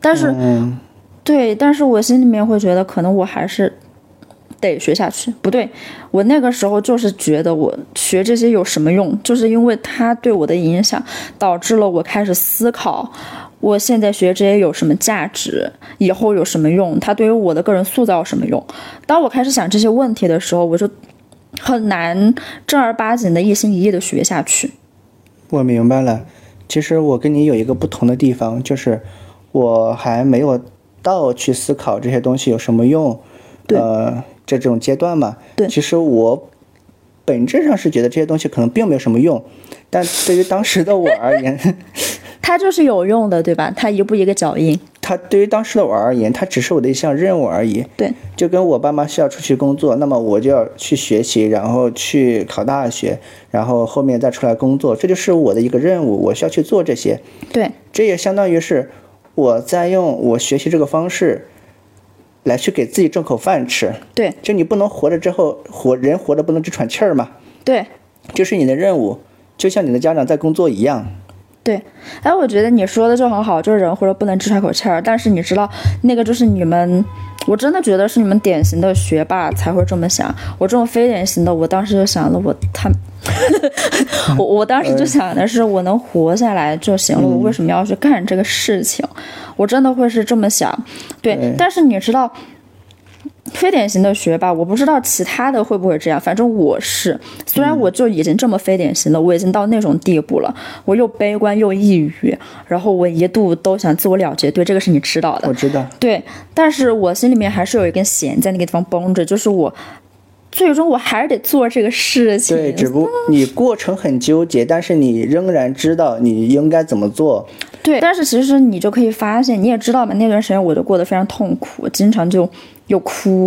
Speaker 1: 但是、
Speaker 2: 嗯，
Speaker 1: 对，但是我心里面会觉得，可能我还是得学下去。不对，我那个时候就是觉得我学这些有什么用？就是因为它对我的影响，导致了我开始思考，我现在学这些有什么价值，以后有什么用？它对于我的个人塑造有什么用？当我开始想这些问题的时候，我就很难正儿八经的一心一意的学下去。
Speaker 2: 我明白了。其实我跟你有一个不同的地方，就是我还没有到去思考这些东西有什么用，
Speaker 1: 对
Speaker 2: 呃，这种阶段嘛。
Speaker 1: 对
Speaker 2: 其实我本质上是觉得这些东西可能并没有什么用，但对于当时的我而言，
Speaker 1: 它就是有用的，对吧？它一步一个脚印。
Speaker 2: 它它对于当时的我而言，它只是我的一项任务而已。
Speaker 1: 对，
Speaker 2: 就跟我爸妈需要出去工作，那么我就要去学习，然后去考大学，然后后面再出来工作，这就是我的一个任务，我需要去做这些。
Speaker 1: 对，
Speaker 2: 这也相当于是我在用我学习这个方式来去给自己挣口饭吃。
Speaker 1: 对，
Speaker 2: 就你不能活着之后活人活着不能只喘气儿嘛，
Speaker 1: 对，
Speaker 2: 这是你的任务，就像你的家长在工作一样。
Speaker 1: 对，哎，我觉得你说的就很好，就是人活着不能只喘口气儿。但是你知道，那个就是你们，我真的觉得是你们典型的学霸才会这么想。我这种非典型的，我当时就想了，我他，我我当时就想的是，我能活下来就行了，我为什么要去干这个事情？我真的会是这么想。对，
Speaker 2: 对
Speaker 1: 但是你知道。非典型的学霸，我不知道其他的会不会这样，反正我是，虽然我就已经这么非典型了，我已经到那种地步了，我又悲观又抑郁，然后我一度都想自我了结，对，这个是你知道的
Speaker 2: 我，知道，
Speaker 1: 对，但是我心里面还是有一根弦在那个地方绷着，就是我最终我还是得做这个事情，
Speaker 2: 对，只不
Speaker 1: 嗯
Speaker 2: 你过程很纠结，但是你仍然知道你应该怎么做。
Speaker 1: 对，但是其实你就可以发现，你也知道嘛，那段时间我就过得非常痛苦，经常就又哭，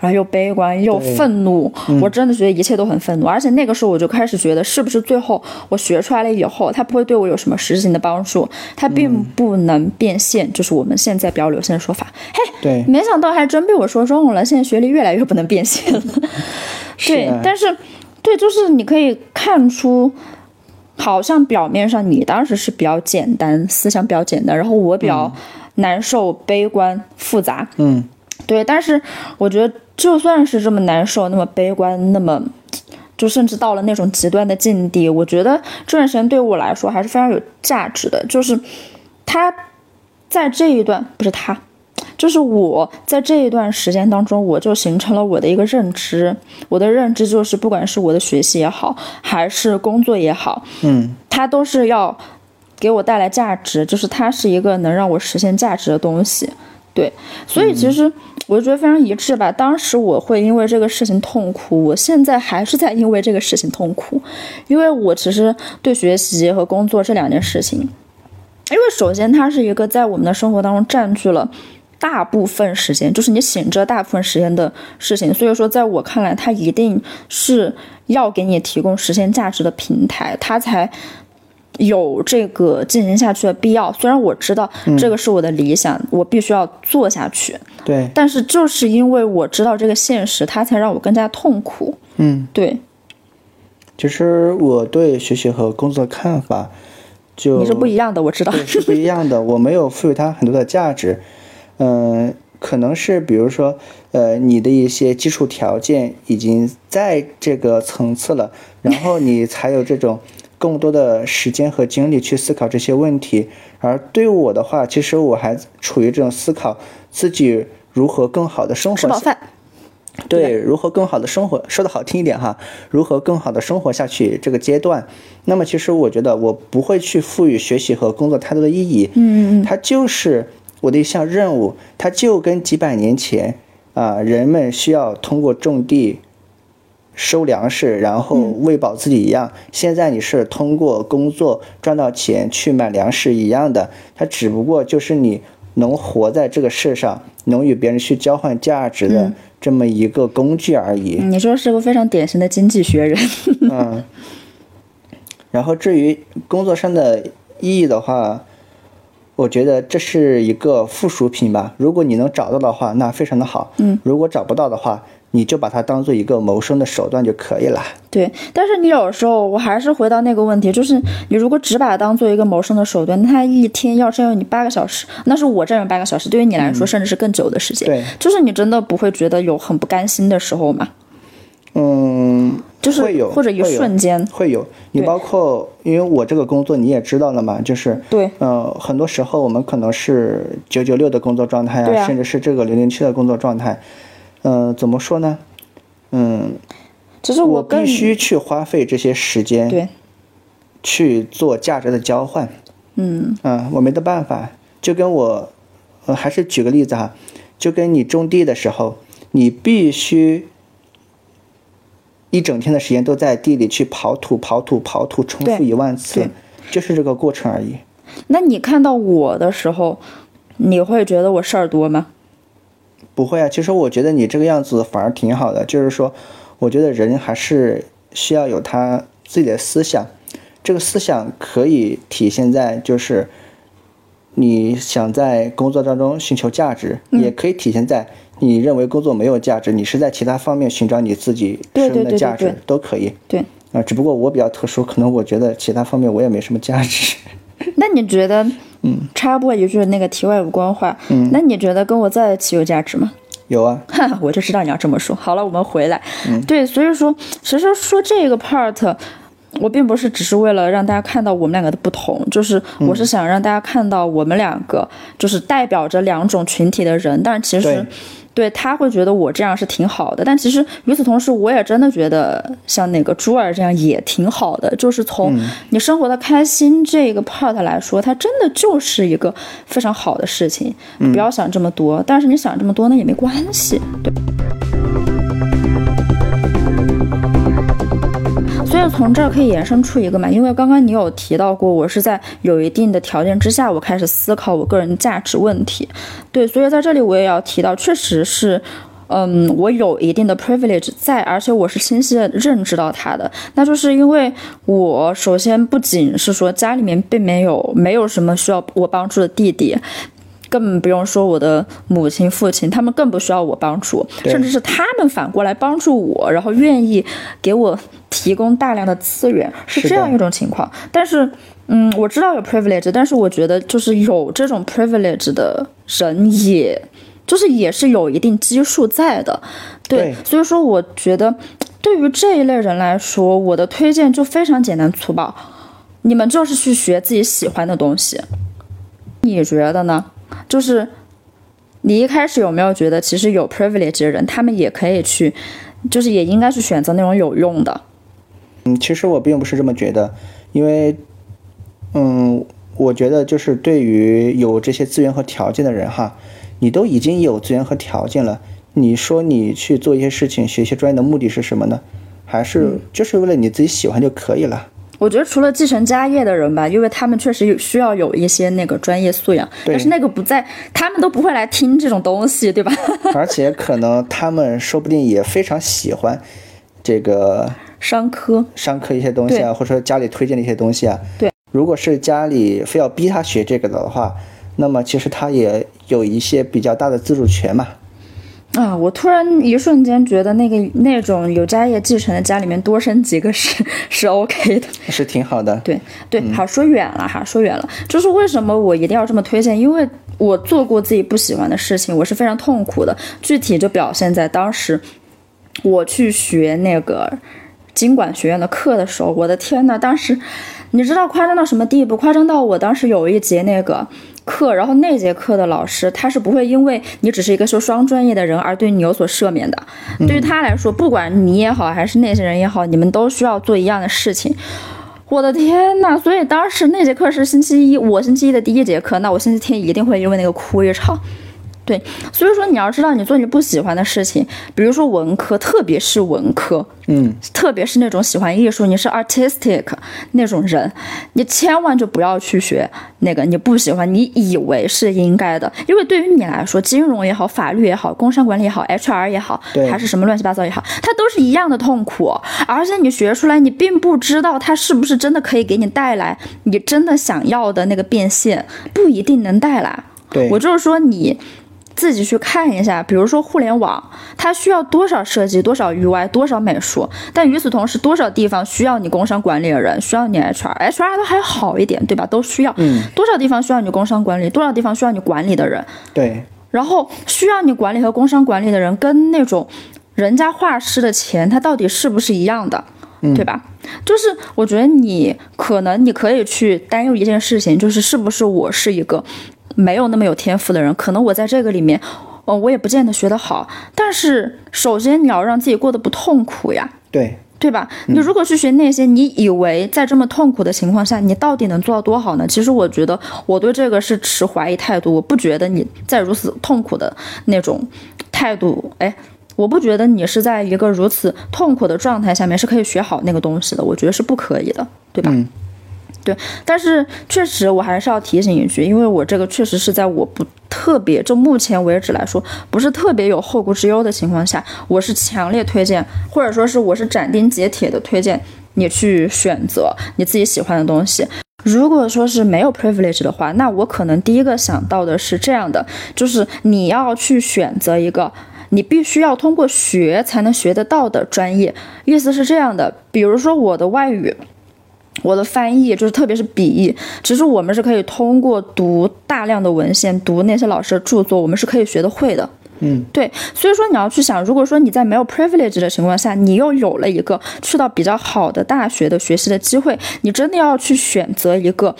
Speaker 1: 然后又悲观，又愤怒。我真的觉得一切都很愤怒，而且那个时候我就开始觉得，是不是最后我学出来了以后，它不会对我有什么实质性的帮助，它并不能变现，就是我们现在比较流行的说法。嘿，
Speaker 2: 对，
Speaker 1: 没想到还真被我说中了，现在学历越来越不能变现 了。对，
Speaker 2: 啊
Speaker 1: 但是对，就是你可以看出，好像表面上你当时是比较简单，思想比较简单，然后我比较难受、悲观、复杂。
Speaker 2: 嗯，
Speaker 1: 对，但是我觉得就算是这么难受、那么悲观、那么。就甚至到了那种极端的境地，我觉得这段时间对我来说还是非常有价值的。就是他在这一段，不是他，就是我在这一段时间当中，我就形成了我的一个认知。我的认知就是，不管是我的学习也好，还是工作也好，
Speaker 2: 嗯，
Speaker 1: 它都是要给我带来价值，就是它是一个能让我实现价值的东西。对，所以其实我就觉得非常一致吧。当时我会因为这个事情痛苦，我现在还是在因为这个事情痛苦，因为我其实对学习和工作这两件事情，因为首先它是一个在我们的生活当中占据了。大部分时间就是你醒着大部分时间的事情，所以说，在我看来，它一定是要给你提供实现价值的平台，它才有这个进行下去的必要。虽然我知道
Speaker 2: 嗯
Speaker 1: 这个是我的理想，我必须要做下去，
Speaker 2: 对，
Speaker 1: 但是就是因为我知道这个现实，它才让我更加痛苦。
Speaker 2: 嗯，
Speaker 1: 对，
Speaker 2: 其实我对学习和工作的看法就
Speaker 1: 你是不一样的，我知道。
Speaker 2: 对，是不一样的。我没有赋予它很多的价值，嗯、可能是比如说，呃，你的一些基础条件已经在这个层次了，然后你才有这种更多的时间和精力去思考这些问题。而对我的话，其实我还处于这种思考自己如何更好的生
Speaker 1: 吃
Speaker 2: 活
Speaker 1: 饱
Speaker 2: 下，
Speaker 1: 饭，
Speaker 2: 对，如何更好的生活，说的好听一点哈，如何更好的生活下去这个阶段，那么其实我觉得我不会去赋予学习和工作太多的意义，嗯嗯，它就是我的一项任务，它就跟几百年前啊、人们需要通过种地收粮食，然后
Speaker 1: 嗯
Speaker 2: 喂饱自己一样。现在你是通过工作赚到钱去买粮食一样的，它只不过就是你能活在这个世上，能与别人去交换价值的
Speaker 1: 嗯
Speaker 2: 这么一个工具而已。
Speaker 1: 你说是个非常典型的经济学人。
Speaker 2: 嗯，然后至于工作上的意义的话，我觉得这是一个附属品吧。如果你能找到的话，那非常的好。嗯，如果找不到的话，你就把它当做一个谋生的手段就可以了。
Speaker 1: 对，但是你有时候我还是回到那个问题，就是你如果只把它当做一个谋生的手段，那它一天要占用你八个小时，那是我占用八个小时，对于你来说甚至是更久的时间。
Speaker 2: 嗯对
Speaker 1: 就是你真的不会觉得有很不甘心的时候嘛？
Speaker 2: 嗯，
Speaker 1: 就是
Speaker 2: 会有
Speaker 1: 或者一
Speaker 2: 会有
Speaker 1: 瞬间，
Speaker 2: 会有。你
Speaker 1: 对
Speaker 2: 包括，因为我这个工作你也知道了嘛，就是
Speaker 1: 对，
Speaker 2: 呃，很多时候我们可能是九九六的工作状态
Speaker 1: 对
Speaker 2: 呀、
Speaker 1: 啊
Speaker 2: 甚至是这个零零七的工作状态。嗯、怎么说呢？嗯，
Speaker 1: 只是
Speaker 2: 我
Speaker 1: 更
Speaker 2: 必须去花费这些时间
Speaker 1: 对
Speaker 2: 去做价值的交换。
Speaker 1: 嗯，
Speaker 2: 嗯，我没得办法，就跟我，呃，还是举个例子哈，就跟你种地的时候，你必须一整天的时间都在地里去刨土、刨土、刨土，重复
Speaker 1: 对
Speaker 2: 一万次
Speaker 1: 对，
Speaker 2: 就是这个过程而已。
Speaker 1: 那你看到我的时候，你会觉得我事儿多吗？
Speaker 2: 不会啊，其实我觉得你这个样子反而挺好的，就是说，我觉得人还是需要有他自己的思想，这个思想可以体现在就是你想在工作当中寻求价值，
Speaker 1: 嗯
Speaker 2: 也可以体现在你认为工作没有价值，你是在其他方面寻找你自己
Speaker 1: 对
Speaker 2: 生
Speaker 1: 对
Speaker 2: 命的
Speaker 1: 对
Speaker 2: 价
Speaker 1: 对
Speaker 2: 值
Speaker 1: 对
Speaker 2: 都可以。
Speaker 1: 对。
Speaker 2: 啊，只不过我比较特殊，可能我觉得其他方面我也没什么价值。
Speaker 1: 那你觉得，嗯，插播一句那个题外无关话，嗯，那你觉得跟我在一起有价值吗？
Speaker 2: 有啊，
Speaker 1: 哈， 我就知道你要这么说。好了，我们回来。对，所以说，其实说这个 part，我并不是只是为了让大家看到我们两个的不同，就是我是想让大家看到我们两个就是代表着两种群体的人，但其实
Speaker 2: 对。
Speaker 1: 对他会觉得我这样是挺好的，但其实与此同时，我也真的觉得像那个朱儿这样也挺好的。就是从你生活的开心这个 part 来说，它真的就是一个非常好的事情。不要想这么多，但是你想这么多那也没关系。所以从这儿可以延伸出一个嘛，因为刚刚你有提到过，我是在有一定的条件之下，我开始思考我个人价值问题。对，所以在这里我也要提到，确实是。嗯，我有一定的 privilege 在，而且我是清晰的认知到它的。那就是因为我首先不仅是说家里面并没有没有什么需要我帮助的弟弟，更不用说我的母亲、父亲，他们更不需要我帮助，
Speaker 2: 对
Speaker 1: 甚至是他们反过来帮助我，然后愿意给我提供大量的资源，是
Speaker 2: 是
Speaker 1: 这
Speaker 2: 的
Speaker 1: 样一种情况。但是，嗯，我知道有 privilege，但是我觉得就是有这种 privilege 的人也。就是也是有一定基数在的，
Speaker 2: 对
Speaker 1: 所以说我觉得对于这一类人来说，我的推荐就非常简单粗暴，你们就是去学自己喜欢的东西。你觉得呢？就是你一开始有没有觉得，其实有 privilege 的人，他们也可以去，就是也应该去选择那种有用的。
Speaker 2: 嗯，其实我并不是这么觉得，因为，嗯，我觉得就是对于有这些资源和条件的人哈，你都已经有资源和条件了，你说你去做一些事情、学一些专业的目的是什么呢？还是就是为了你自己喜欢就可以了。
Speaker 1: 我觉得除了继承家业的人吧，因为他们确实有需要有一些那个专业素养，
Speaker 2: 对
Speaker 1: 但是那个不在，他们都不会来听这种东西，对吧？
Speaker 2: 而且可能他们说不定也非常喜欢这个
Speaker 1: 商科，
Speaker 2: 上课一些东西啊，或者说家里推荐的一些东西啊。
Speaker 1: 对，
Speaker 2: 如果是家里非要逼他学这个的话，那么其实他也有一些比较大的自主权嘛。
Speaker 1: 啊，我突然一瞬间觉得那个那种有家业继承的家里面多生几个是 是 OK 的。
Speaker 2: 是挺好的。
Speaker 1: 对对，好说远了哈，说远了。就是为什么我一定要这么推荐？因为我做过自己不喜欢的事情，我是非常痛苦的。具体就表现在当时我去学那个经管学院的课的时候，我的天呐，当时你知道夸张到什么地步？夸张到我当时有一节那个。课，然后那节课的老师他是不会因为你只是一个修双专业的人而对你有所赦免的。对于他来说，不管你也好还是那些人也好，你们都需要做一样的事情。我的天呐！所以当时那节课是星期一，我星期一的第一节课，那我星期天一定会因为那个哭一场。对，所以说你要知道，你做你不喜欢的事情，比如说文科，特别是文科，
Speaker 2: 嗯，
Speaker 1: 特别是那种喜欢艺术，你是 artistic 那种人，你千万就不要去学那个你不喜欢，你以为是应该的，因为对于你来说，金融也好，法律也好，工商管理也好，HR 也好
Speaker 2: 对，
Speaker 1: 还是什么乱七八糟也好，它都是一样的痛苦，而且你学出来，你并不知道它是不是真的可以给你带来你真的想要的那个变现，不一定能带来。
Speaker 2: 对，
Speaker 1: 我就是说你自己去看一下，比如说互联网，它需要多少设计、多少 UI、多少美术，但与此同时，多少地方需要你工商管理的人，需要你 HR，HR 都还好一点，对吧？都需要。嗯。多少地方需要你工商管理，多少地方需要你管理的人，
Speaker 2: 对，
Speaker 1: 然后需要你管理和工商管理的人跟那种人家画师的钱，它到底是不是一样的，对吧？就是我觉得你可能你可以去担忧一件事情，就是是不是我是一个没有那么有天赋的人，可能我在这个里面。哦，我也不见得学得好，但是首先你要让自己过得不痛苦呀，
Speaker 2: 对，
Speaker 1: 对吧？你如果去学那些，你以为在这么痛苦的情况下，你到底能做到多好呢？其实我觉得我对这个是持怀疑态度，我不觉得你在如此痛苦的那种态度，哎，我不觉得你是在一个如此痛苦的状态下面是可以学好那个东西的，我觉得是不可以的，对吧？对，但是确实我还是要提醒一句，因为我这个确实是在我不特别就目前为止来说不是特别有后顾之忧的情况下，我是强烈推荐，或者说是我是斩钉截铁的推荐你去选择你自己喜欢的东西。如果说是没有 privilege 的话，那我可能第一个想到的是这样的，就是你要去选择一个你必须要通过学才能学得到的专业，意思是这样的，比如说我的外语。我的翻译就是，特别是笔译，其实我们是可以通过读大量的文献，读那些老师的著作，我们是可以学得会的。
Speaker 2: 嗯，
Speaker 1: 对，所以说你要去想，如果说你在没有 privilege 的情况下，你又有了一个去到比较好的大学的学习的机会，你真的要去选择一个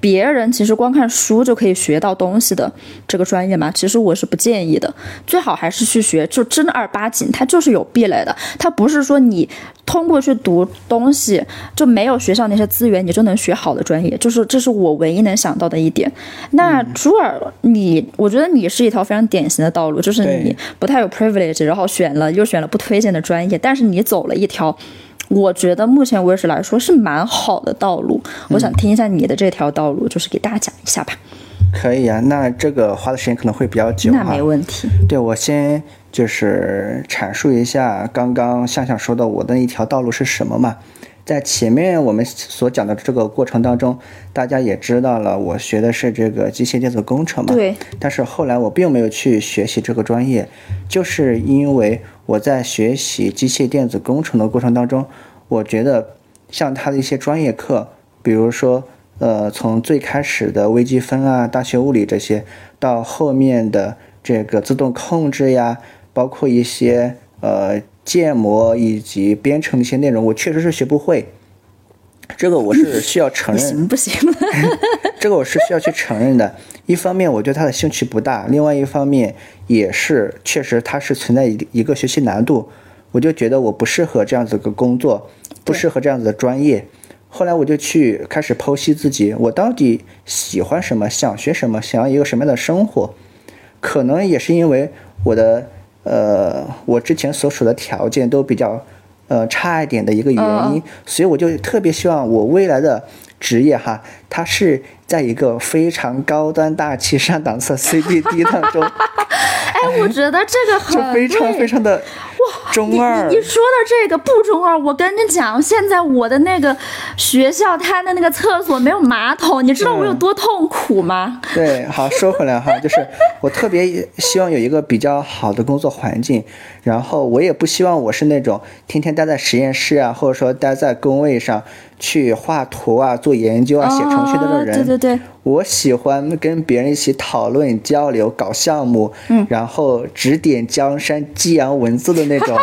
Speaker 1: 别人其实光看书就可以学到东西的这个专业嘛，其实我是不建议的，最好还是去学，就真的二八经，它就是有壁垒的，它不是说你通过去读东西就没有学校那些资源，你就能学好的专业，就是这是我唯一能想到的一点。那
Speaker 2: 嗯
Speaker 1: 朱尔，你我觉得你是一条非常典型的道路，就是你
Speaker 2: 对
Speaker 1: 不太有 privilege，然后选了又选了不推荐的专业，但是你走了一条。我觉得目前为止来说是蛮好的道路，
Speaker 2: 嗯
Speaker 1: 我想听一下你的这条道路，就是给大家讲一下吧。
Speaker 2: 可以啊。那这个花的时间可能会比较久
Speaker 1: 那
Speaker 2: 哈、
Speaker 1: 没问题，
Speaker 2: 对我先就是阐述一下刚刚向向说的我的一条道路是什么嘛。在前面我们所讲的这个过程当中，大家也知道了，我学的是这个机械电子工程嘛。
Speaker 1: 对。
Speaker 2: 但是后来我并没有去学习这个专业，就是因为我在学习机械电子工程的过程当中，我觉得像它的一些专业课，比如说呃，从最开始的微积分啊、大学物理这些，到后面的这个自动控制呀，包括一些呃建模以及编程的一些内容，我确实是学不会。这个我是需要承
Speaker 1: 你
Speaker 2: 认，
Speaker 1: 行不行？
Speaker 2: 这个我是需要去承认的。一方面，我对它的兴趣不大；，另外一方面，也是确实它是存在一一个学习难度。我就觉得我不适合这样子的工作，不适合这样子的专业。后来我就去开始剖析自己，我到底喜欢什么，想学什么，想要一个什么样的生活。可能也是因为我的呃，我之前所处的条件都比较呃差一点的一个原因，
Speaker 1: 嗯
Speaker 2: 所以我就特别希望我未来的职业哈，它是在一个非常高端大气上档次的 CBD 当 中，
Speaker 1: 哎，我觉得这个很
Speaker 2: 就非常
Speaker 1: 对
Speaker 2: 非常的中二
Speaker 1: 你。你说到这个不中二，我跟你讲，现在我的那个学校，它的那个厕所没有马桶，你知道我有多痛苦吗？
Speaker 2: 对，好，说回来哈，就是我特别希望有一个比较好的工作环境，然后我也不希望我是那种天天待在实验室啊，或者说待在工位上去画图啊、做研究啊、写程序的那种人。
Speaker 1: 啊对对对，
Speaker 2: 我喜欢跟别人一起讨论、交流、搞项目，嗯，然后指点江山、激扬文字的那 种。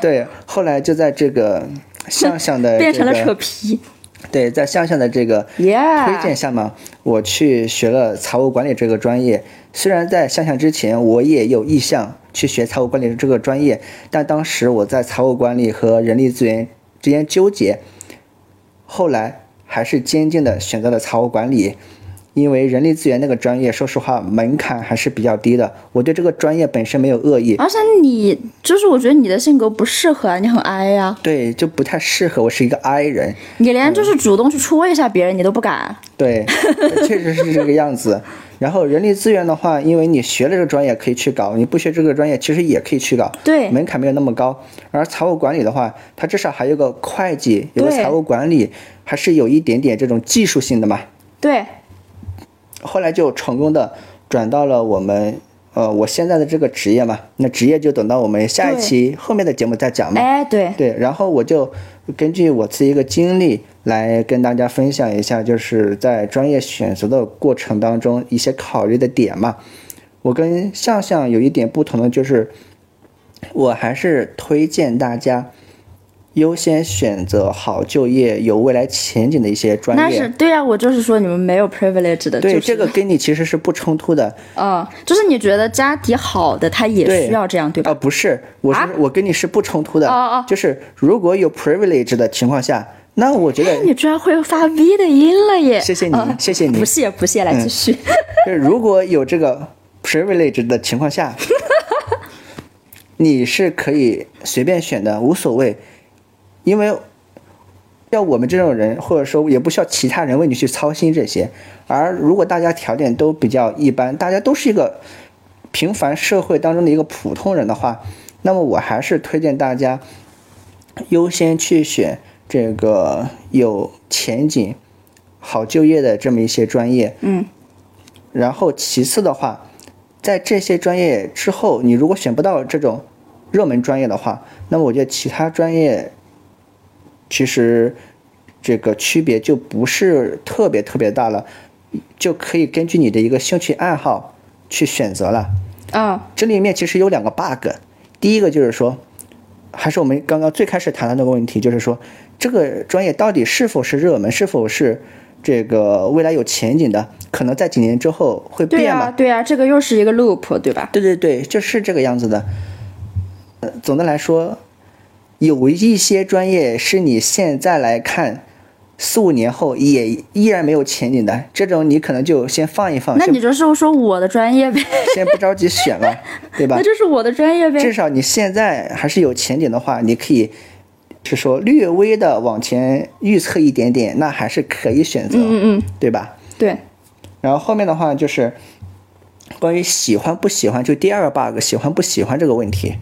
Speaker 2: 对，后来就在这个向向哎的、这个、
Speaker 1: 变成了扯皮。
Speaker 2: 对，在向向的这个
Speaker 1: Yeah
Speaker 2: 推荐下嘛我去学了财务管理这个专业。虽然在向向之前我也有意向去学财务管理这个专业，但当时我在财务管理和人力资源之间纠结，后来还是坚定的选择了财务管理。因为人力资源那个专业，说实话门槛还是比较低的。我对这个专业本身没有恶意，
Speaker 1: 而且你就是，我觉得你的性格不适合啊，你很 I 呀、
Speaker 2: 对，就不太适合。我是一个 I 人，
Speaker 1: 你连就是主动去戳一下别人，你都不敢。
Speaker 2: 对，确实是这个样子。然后人力资源的话，因为你学了这个专业可以去搞，你不学这个专业其实也可以去搞，
Speaker 1: 对
Speaker 2: 门槛没有那么高。而财务管理的话，它至少还有个会计，有个
Speaker 1: 对
Speaker 2: 财务管理，还是有一点点这种技术性的嘛。
Speaker 1: 对，
Speaker 2: 后来就成功的转到了我们呃我现在的这个职业嘛，那职业就等到我们下一
Speaker 1: 对
Speaker 2: 期后面的节目再讲嘛。
Speaker 1: 哎，对，
Speaker 2: 对，然后我就根据我自己一个经历来跟大家分享一下，就是在专业选择的过程当中一些考虑的点嘛。我跟向向有一点不同的就是，我还是推荐大家优先选择好就业、有未来前景的一些专
Speaker 1: 那
Speaker 2: 业。
Speaker 1: 是对呀、我就是说你们没有 privilege 的，
Speaker 2: 对，
Speaker 1: 就是、
Speaker 2: 这个跟你其实是不冲突的，
Speaker 1: 嗯，就是你觉得家底好的他也
Speaker 2: 对
Speaker 1: 需要这样，对吧？
Speaker 2: 啊、不是，我是、我跟你是不冲突的，
Speaker 1: 哦哦
Speaker 2: 就是如果有 privilege 的情况下，那我觉 得
Speaker 1: 哎，你居然会发 V 的音了耶！
Speaker 2: 谢谢你
Speaker 1: 啊
Speaker 2: 谢谢你
Speaker 1: 不谢不谢，来继续。
Speaker 2: 就是如果有这个 privilege 的情况下，你是可以随便选的，无所谓，因为要我们这种人，或者说也不需要其他人为你去操心这些。而如果大家条件都比较一般，大家都是一个平凡社会当中的一个普通人的话，那么我还是推荐大家优先去选这个有前景、好就业的这么一些专业。
Speaker 1: 嗯，
Speaker 2: 然后其次的话，在这些专业之后，你如果选不到这种热门专业的话，那么我觉得其他专业其实这个区别就不是特别特别大了，就可以根据你的一个兴趣爱好去选择了。
Speaker 1: 啊，
Speaker 2: 这里面其实有两个 bug，第一个就是说，还是我们刚刚最开始谈到那个问题，就是说这个专业到底是否是热门，是否是这个未来有前景的，可能在几年之后会
Speaker 1: 对啊
Speaker 2: 变
Speaker 1: 呀、
Speaker 2: 嘛？
Speaker 1: 对呀、这个又是一个 loop，对吧？
Speaker 2: 对对对，就是这个样子的。呃，总的来说，有一些专业是你现在来看，四五年后也依然没有前景的，这种你可能就先放一放，
Speaker 1: 那
Speaker 2: 先
Speaker 1: 你就是说我的专业呗，
Speaker 2: 先不着急选了，对 吧
Speaker 1: 那？就是我的专业呗
Speaker 2: 至。少你现在还是有前景的话，你可以是说略微的往前预测一点点，那还是可以选择，
Speaker 1: 嗯嗯，
Speaker 2: 对吧？
Speaker 1: 对，
Speaker 2: 然后后面的话就是关于喜欢不喜欢，就第二个 bug 喜欢不喜欢这个问题。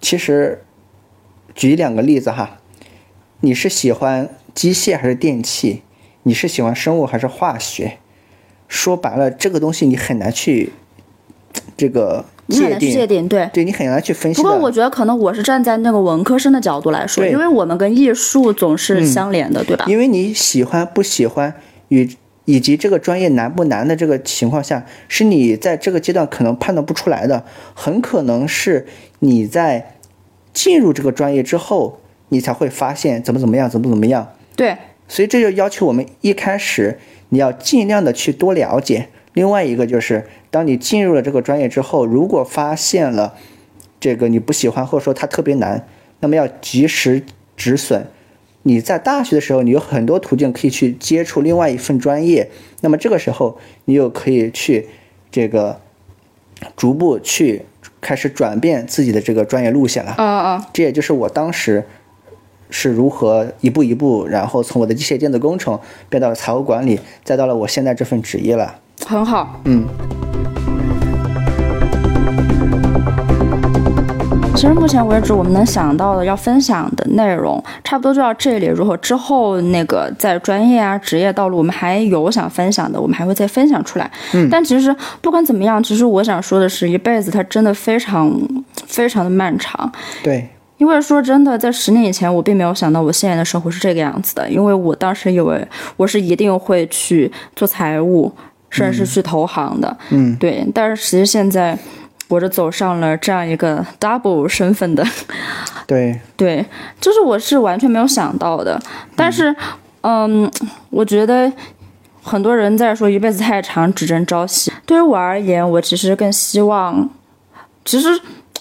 Speaker 2: 其实举两个例子哈，你是喜欢机械还是电器？你是喜欢生物还是化学？说白了，这个东西你很难去这个
Speaker 1: 你很
Speaker 2: 界
Speaker 1: 难去
Speaker 2: 定，
Speaker 1: 界定，对。
Speaker 2: 对你很难去分析
Speaker 1: 不
Speaker 2: 的。
Speaker 1: 过我觉得可能我是站在那个文科生的角度来说，
Speaker 2: 对嗯
Speaker 1: 因为我们跟艺术总是相连的，对吧？
Speaker 2: 因为你喜欢不喜欢与以及这个专业难不难的这个情况下，是你在这个阶段可能判断不出来的，很可能是你在进入这个专业之后，你才会发现怎么怎么样，怎么怎么样。
Speaker 1: 对，
Speaker 2: 所以这就要求我们一开始你要尽量的去多了解。另外一个就是，当你进入了这个专业之后，如果发现了这个你不喜欢或者说它特别难，那么要及时止损。你在大学的时候，你有很多途径可以去接触另外一份专业，那么这个时候你又可以去这个逐步去开始转变自己的这个专业路线了。
Speaker 1: 啊啊，
Speaker 2: 这也就是我当时是如何一步一步，然后从我的机械电子工程变到了财务管理，再到了我现在这份职业了。
Speaker 1: 很好。
Speaker 2: 嗯，
Speaker 1: 其实目前为止，我们能想到的要分享的内容，差不多就到这里。如果之后那个在专业啊、职业道路，我们还有想分享的，我们还会再分享出来。嗯，但其实不管怎么样，其实我想说的是，一辈子它真的非常非常的漫长。
Speaker 2: 对，
Speaker 1: 因为说真的，在十年以前，我并没有想到我现在的生活是这个样子的。因为我当时以为我是一定会去做财务，甚至是去投行的。
Speaker 2: 嗯，
Speaker 1: 对。但是其实现在，我是走上了这样一个 double 身份的，
Speaker 2: 对，
Speaker 1: 对，就是我是完全没有想到的。但是，嗯，我觉得很多人在说一辈子太长，只争朝夕。对于我而言，我其实更希望，其实。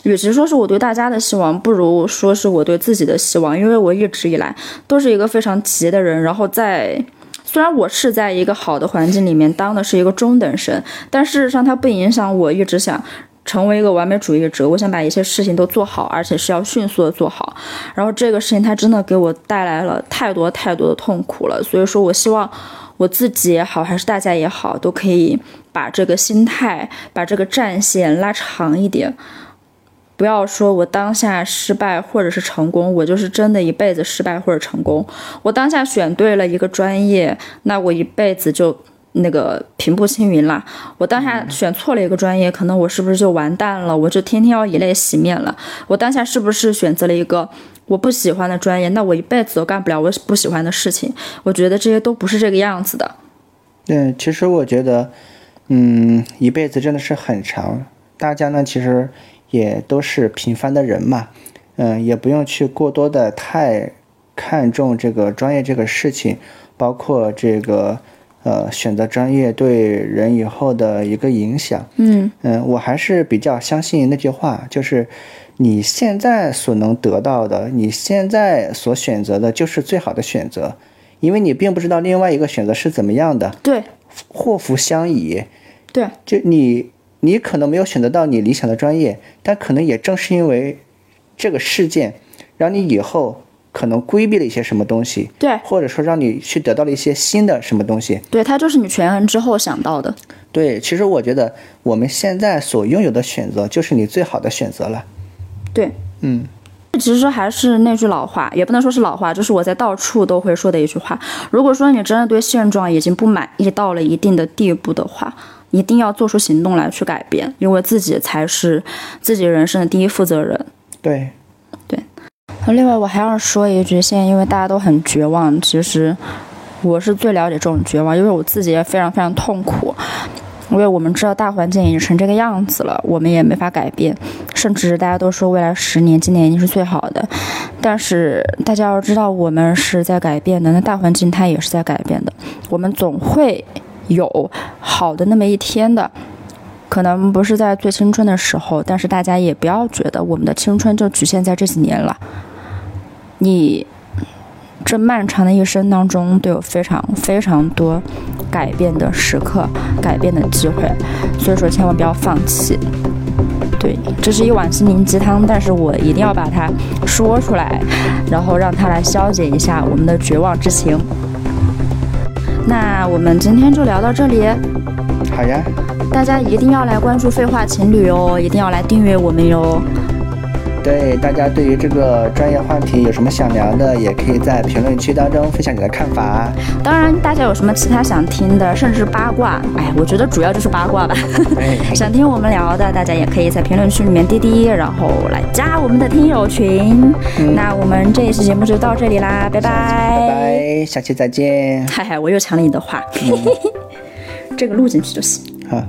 Speaker 1: 与其说是我对大家的希望，不如说是我对自己的希望，因为我一直以来都是一个非常急的人。然后在，虽然我是在一个好的环境里面当的是一个中等生，但事实上它不影响我一直想成为一个完美主义者。我想把一些事情都做好，而且是要迅速的做好。然后这个事情它真的给我带来了太多太多的痛苦了，所以说我希望我自己也好，还是大家也好，都可以把这个心态、把这个战线拉长一点。不要说我当下失败或者是成功，我就是真的一辈子失败或者成功。我当下选对了一个专业，那我一辈子就那个平步青云啦。我当下选错了一个专业，可能我是不是就完蛋了？我就天天要以泪洗面了。我当下是不是选择了一个我不喜欢的专业？那我一辈子都干不了我不喜欢的事情。我觉得这些都不是这个样子的。
Speaker 2: 嗯，其实我觉得，嗯，一辈子真的是很长，大家呢其实也都是平凡的人嘛，嗯，也不用去过多的太看重这个专业这个事情，包括这个呃选择专业对人以后的一个影响。
Speaker 1: 嗯，
Speaker 2: 嗯，我还是比较相信那句话，就是你现在所能得到的，你现在所选择的，就是最好的选择，因为你并不知道另外一个选择是怎么样的，
Speaker 1: 对
Speaker 2: 祸福相倚。
Speaker 1: 对
Speaker 2: 就你，你可能没有选择到你理想的专业，但可能也正是因为这个事件，让你以后可能规避了一些什么东西，
Speaker 1: 对
Speaker 2: 或者说让你去得到了一些新的什么东西。
Speaker 1: 对，它就是你全恩之后想到的。
Speaker 2: 对，其实我觉得我们现在所拥有的选择就是你最好的选择了。
Speaker 1: 对，
Speaker 2: 嗯，
Speaker 1: 其实还是那句老话，也不能说是老话，就是我在到处都会说的一句话。如果说你真的对现状已经不满意到了一定的地步的话，一定要做出行动来去改变，因为自己才是自己人生的第一负责人。
Speaker 2: 对，
Speaker 1: 另外，我还要说一句，现在因为大家都很绝望，其实我是最了解这种绝望，因为我自己也非常非常痛苦。因为我们知道大环境已经成这个样子了，我们也没法改变，甚至大家都说未来十年今年一定是最好的，但是大家要知道我们是在改变的，那大环境它也是在改变的，我们总会有好的那么一天的。可能不是在最青春的时候，但是大家也不要觉得我们的青春就局限在这几年了。你这漫长的一生当中，都有非常非常多改变的时刻、改变的机会，所以说千万不要放弃。对，这是一碗心灵鸡汤，但是我一定要把它说出来，然后让它来消解一下我们的绝望之情。那我们今天就聊到这里，
Speaker 2: 好呀，
Speaker 1: 大家一定要来关注废话情侣哦，一定要来订阅我们哟。
Speaker 2: 对大家对于这个专业话题有什么想聊的，也可以在评论区当中分享你的看法。
Speaker 1: 当然，大家有什么其他想听的，甚至八卦，哎，我觉得主要就是八卦吧。
Speaker 2: 哎，
Speaker 1: 想听我们聊的，大家也可以在评论区里面滴滴，然后来加我们的听友群。那我们这一嗯期节目就到这里啦，拜
Speaker 2: 拜
Speaker 1: 拜。
Speaker 2: 拜，下期再见。
Speaker 1: 嗯 嗨嗨，我又抢了你的话，这个录进去就行。
Speaker 2: 好。